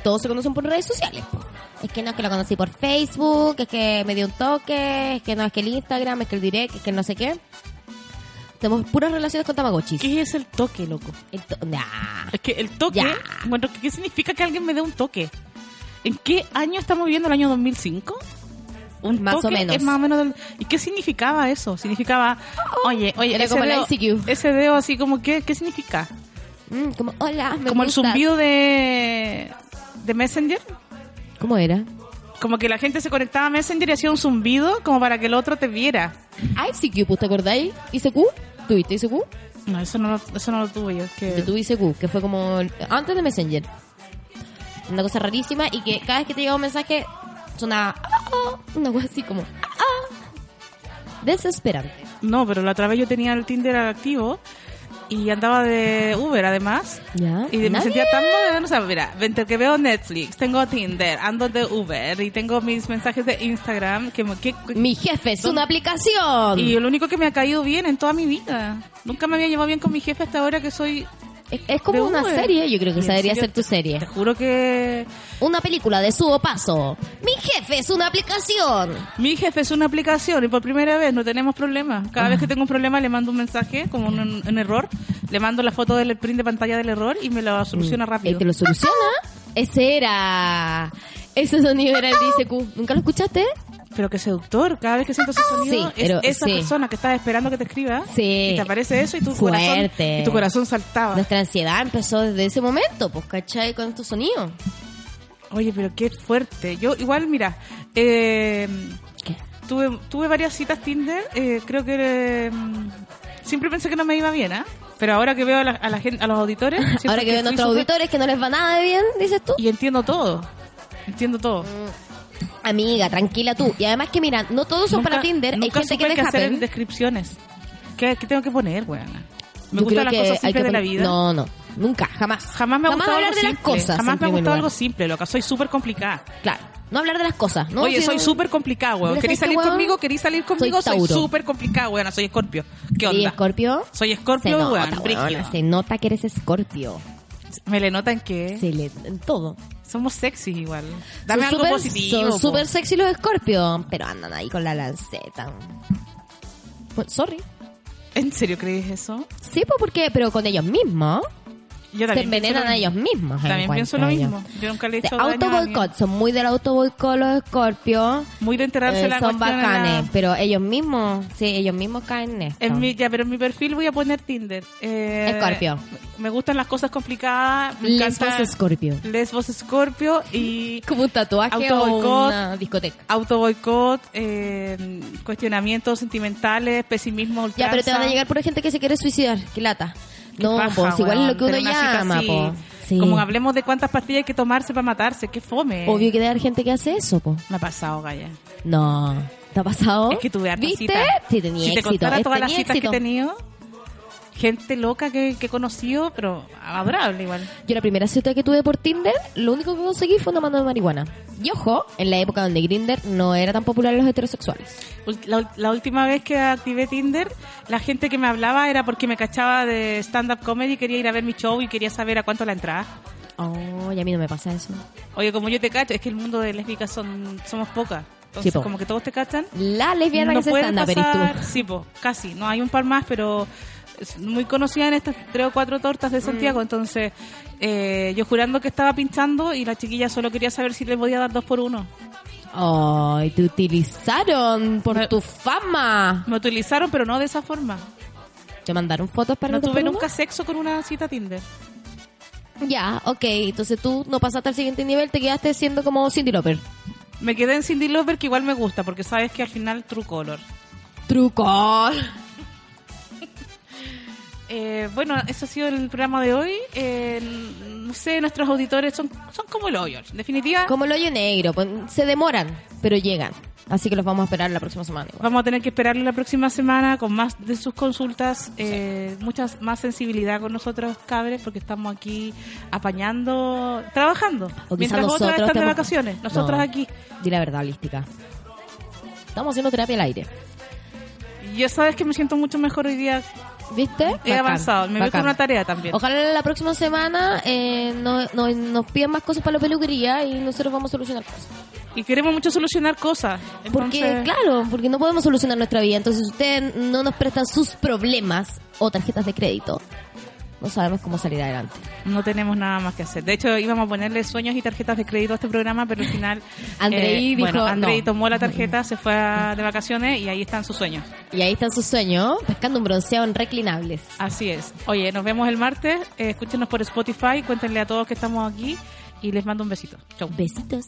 todos se conocen por redes sociales. po. Es que no es que lo conocí por Facebook, es que me dio un toque, es que no es que el Instagram, es que el direct, es que no sé qué. Tenemos puras relaciones con Tamagotchis.
¿Qué es el toque, loco?
Ento- nah.
Es que el toque,
Ya.
bueno, ¿qué significa que alguien me dé un toque? ¿En qué año estamos viviendo? ¿El año 2005? Un
Más o
toque
menos.
Es más o menos del- ¿Y qué significaba eso? Significaba, oye, oye,
Oh. Era
ese,
como el
dedo,
ICQ.
ese dedo así como, ¿qué, qué significa?
Mm, como, hola, me
como
gustas".
el zumbido de, de Messenger.
¿Cómo era?
Como que la gente se conectaba a Messenger y hacía un zumbido como para que el otro te viera.
ICQ, pues, ¿te acordáis? ICQ, ¿tuviste ICQ?
No, eso no lo, eso no lo tuve yo. es que-
Yo tuve ICQ, que fue como el- antes de Messenger. Una cosa rarísima y que cada vez que te llegaba un mensaje sonaba "Ah, ah", una cosa así como "Ah, ah". desesperante.
No, pero la otra vez yo tenía el Tinder activo y andaba de Uber además.
Ya.
Y me
Nadie.
sentía tan moderna, o sea, mira, entre que veo Netflix, tengo Tinder, ando de Uber y tengo mis mensajes de Instagram, que, me- que-
Mi jefe es una aplicación.
y lo único que me ha caído bien en toda mi vida. Nunca me había llevado bien con mi jefe hasta ahora que soy...
es, es como
de
una
Uber.
serie, yo creo que
Y
esa
en
debería
serio,
ser tu serie.
Te juro que
Una película de subo paso. Mi jefe es una aplicación.
mi jefe es una aplicación y por primera vez no tenemos problemas. Cada
Ah.
vez que tengo un problema le mando un mensaje, como un, un error, le mando la foto del print de pantalla del error y me lo soluciona
Y
rápido.
Mm, te lo soluciona. Ese era. Ese sonido era el de ICQ. ¿Nunca lo escuchaste?
Pero qué seductor, cada vez que siento ese sonido,
Sí,
es
pero-
esa
sí.
persona que estás esperando que te escriba
Sí.
y te aparece eso y tu
Fuerte.
corazón y tu corazón saltaba.
Nuestra ansiedad empezó desde ese momento, pues, ¿cachai? Con estos sonidos.
Oye, pero qué fuerte. Yo igual, mira, eh,
¿Qué?
tuve tuve varias citas Tinder, eh, creo que eh, siempre pensé que no me iba bien, ¿ah? Pero ahora que veo a, la, a, la gente, a
(laughs)
los auditores, siento
Ahora que ven
fui
nuestros
súper-
auditores que no les va nada de bien, dices tú.
y entiendo todo. Entiendo todo.
Amiga, tranquila tú. Y además que mira, no todos son
Nunca-
para Tinder. Hay
nunca
gente que
supe qué
deja
hacer en descripciones. ¿Qué, qué tengo que poner, weona? Me
Yo creo
gustan las
que
cosas
hay
simples
que
de la
poner-
vida.
No, no, nunca, jamás.
Jamás me ha gustado
hablar
algo
de las
simple.
cosas. en
Jamás me ha
primer
gustado algo
lugar.
simple, loca. Soy súper complicada.
Claro, no hablar de las cosas. ¿no?
Oye,
Si
soy
no-
súper complicada, weón.
Mira,
¿Querís
¿sabes qué,
salir
weón?
conmigo? ¿Querís salir conmigo?
Soy
Soy
Tauro.
súper complicada, weona. Soy escorpio.
Sí,
¿Qué onda?
Scorpio.
Soy
Se
escorpio,
nota,
weón.
weona,
brígida.
se nota que eres Scorpio.
Me le notan que
Se le en todo.
somos sexys igual. ¿Eh? Dame
son
algo
súper-
positivo.
Son
po.
súper sexy los Scorpio, pero andan ahí con la lanceta. Pues, sorry.
¿En serio crees eso?
Sí, pues porque, pero con ellos mismos.
Yo
Se
también pienso
envenenan
lo
a
mismo.
ellos mismos.
También pienso lo
encuentro yo.
mismo. Yo nunca le he
Se
hecho daño a
auto
nadie.
boicot, son muy del auto boicot los Scorpio.
Muy de enterarse
Eh,
la
son
cuestión en la-
bacanes, pero ellos mismos, sí, ellos mismos caen en esto.
En mi, ya, pero en mi perfil voy a poner Tinder. Eh,
Escorpio.
Me gustan las cosas complicadas. Me
Lesbos
encanta
Scorpio.
Lesbos Scorpio y
(laughs) Como un tatuaje
Auto
o
boicot.
una discoteca.
auto boicot, eh, cuestionamientos sentimentales, pesimismo.
Ya, pero te van a
ultranza.
llegar por gente que se quiere suicidar. Qué lata.
Qué
No,
paja,
pues igual es lo
weón,
que uno
tener una cita
llama,
así.
po. Sí.
Como hablemos de cuántas pastillas hay que tomarse para matarse, qué fome.
Obvio que debe haber gente que hace eso, po.
Me ha pasado, Gaya.
No. ¿Te ha pasado?
Es que tuve hartas
¿Viste?
citas.
Sí, tenía
si te
éxito.
contara
eh,
todas las
tenía
citas que
éxito.
he tenido, gente loca que, que he conocido, pero adorable igual.
Yo la primera cita que tuve por Tinder, lo único que conseguí fue una mano de marihuana. Y ojo, en la época donde Grinder no era tan popular los heterosexuales.
Ul- La, ul- la última vez que activé Tinder, la gente que me hablaba era porque me cachaba de stand-up comedy, quería ir a ver mi show y quería saber a cuánto la entrada.
Oh, y a mí no me pasa eso.
Oye, como yo te cacho, es que el mundo de lésbicas son, somos pocas.
Sí,
Entonces,
po.
como que todos te cachan.
La lesbiana que se
pueden
stand-up, eres
pasar-
tú.
Sí, po, casi. No, hay un par más, pero es muy conocida en estas tres o cuatro tortas
Mm.
de Santiago. Entonces, eh, yo jurando que estaba pinchando y la chiquilla solo quería saber si le podía dar dos por uno.
Ay, te utilizaron por
Me-
tu fama.
Me utilizaron, pero no de esa forma.
¿Te mandaron fotos para
No
el
tuve
desayuno?
nunca sexo con una cita Tinder.
Ya, ok. Entonces tú no pasaste al siguiente nivel, te quedaste siendo como Cindy Loper.
Me quedé en Cindy Lover, que igual me gusta, porque sabes
Ah.
que al final True Color.
Truco.
Eh, bueno, eso ha sido el programa de hoy. Eh, el- no sé, nuestros auditores son, son como el hoyo. En definitiva,
Como el hoyo negro, pon- se demoran, pero llegan. Así que los vamos a esperar la próxima semana. igual.
vamos a tener que esperarle la próxima semana con más de sus consultas, eh, muchas más sensibilidad con nosotros, cabres, porque estamos aquí apañando, trabajando.
O quizás
Mientras otras están de
tenemos-
vacaciones, nosotros
No,
aquí.
Di la verdad, holística. Estamos haciendo terapia al aire.
Yo sabes que me siento mucho mejor hoy día.
¿Viste?
He avanzado, me veo con una tarea también.
Ojalá la próxima semana eh, no, no- nos pidan más cosas para la peluquería y nosotros vamos a solucionar cosas.
Y queremos mucho solucionar cosas.
Porque,
Entonces,
claro, porque no podemos solucionar nuestra vida. Entonces, si ustedes no nos prestan sus problemas o tarjetas de crédito, no sabemos cómo salir adelante.
no tenemos nada más que hacer. De hecho, íbamos a ponerle sueños y tarjetas de crédito a este programa, pero al
(laughs)
final. eh,
Andrei dijo,
bueno, Andrei
"No".
tomó la tarjeta, se fue a- de vacaciones y ahí están sus sueños.
Y ahí está su sueño, pescando un bronceado en reclinables.
Así es. Oye, nos vemos el martes. eh, escúchenos por Spotify. Cuéntenle a todos que estamos aquí. Y les mando un besito. Chau.
Besitos.